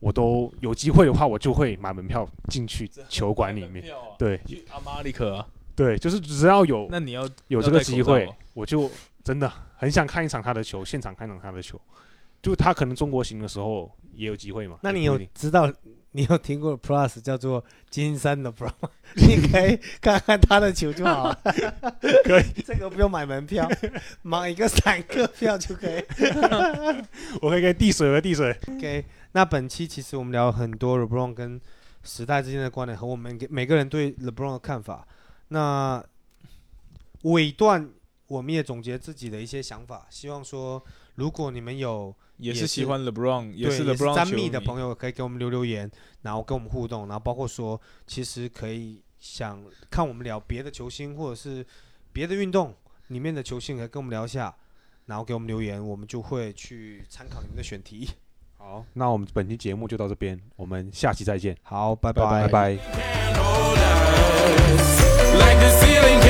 S5: 我都有机会的话，我就会买门票进去球馆里面。
S4: 买门票啊，
S5: 对
S4: 去阿马里克啊，
S5: 对，就是只要有
S4: 那你要
S5: 有这个
S4: 要戴口
S5: 机会
S4: 罩啊，
S5: 我就真的很想看一场他的球，现场看一场他的球。就他可能中国行的时候也有机会嘛？
S3: 那你
S5: 也不
S3: 有
S5: 一定
S3: 知道你有听过 Plus 叫做金山 的 Pro？你可以看看他的球就好了。
S5: 可以，
S3: 这个不用买门票，买一个散客票就 可以。
S5: 我可以给你递水，我给你递水。
S3: OK，那本期其实我们聊了很多 LeBron 跟时代之间的关联和我们给每个人对 LeBron 的看法。那尾段我们也总结自己的一些想法，希望说如果你们有
S4: 也
S3: 也
S4: 是喜
S3: 是
S4: 欢 LeBron，也
S3: 对，
S4: 是
S3: 也是
S4: LeBron
S3: 詹
S4: 球
S3: 密的
S4: 迷
S3: 朋友可以给我们留留言，然后跟我们互动，然后包括说，其实可以想看我们聊别的球星或者是别的运动里面的球星，可以跟我们聊一下，然后给我们留言，我们就会去参考你们的选题。
S5: 好，那我们本期节目就到这边，我们下期再见，
S3: 好，拜
S5: 拜拜。
S2: Like the ceiling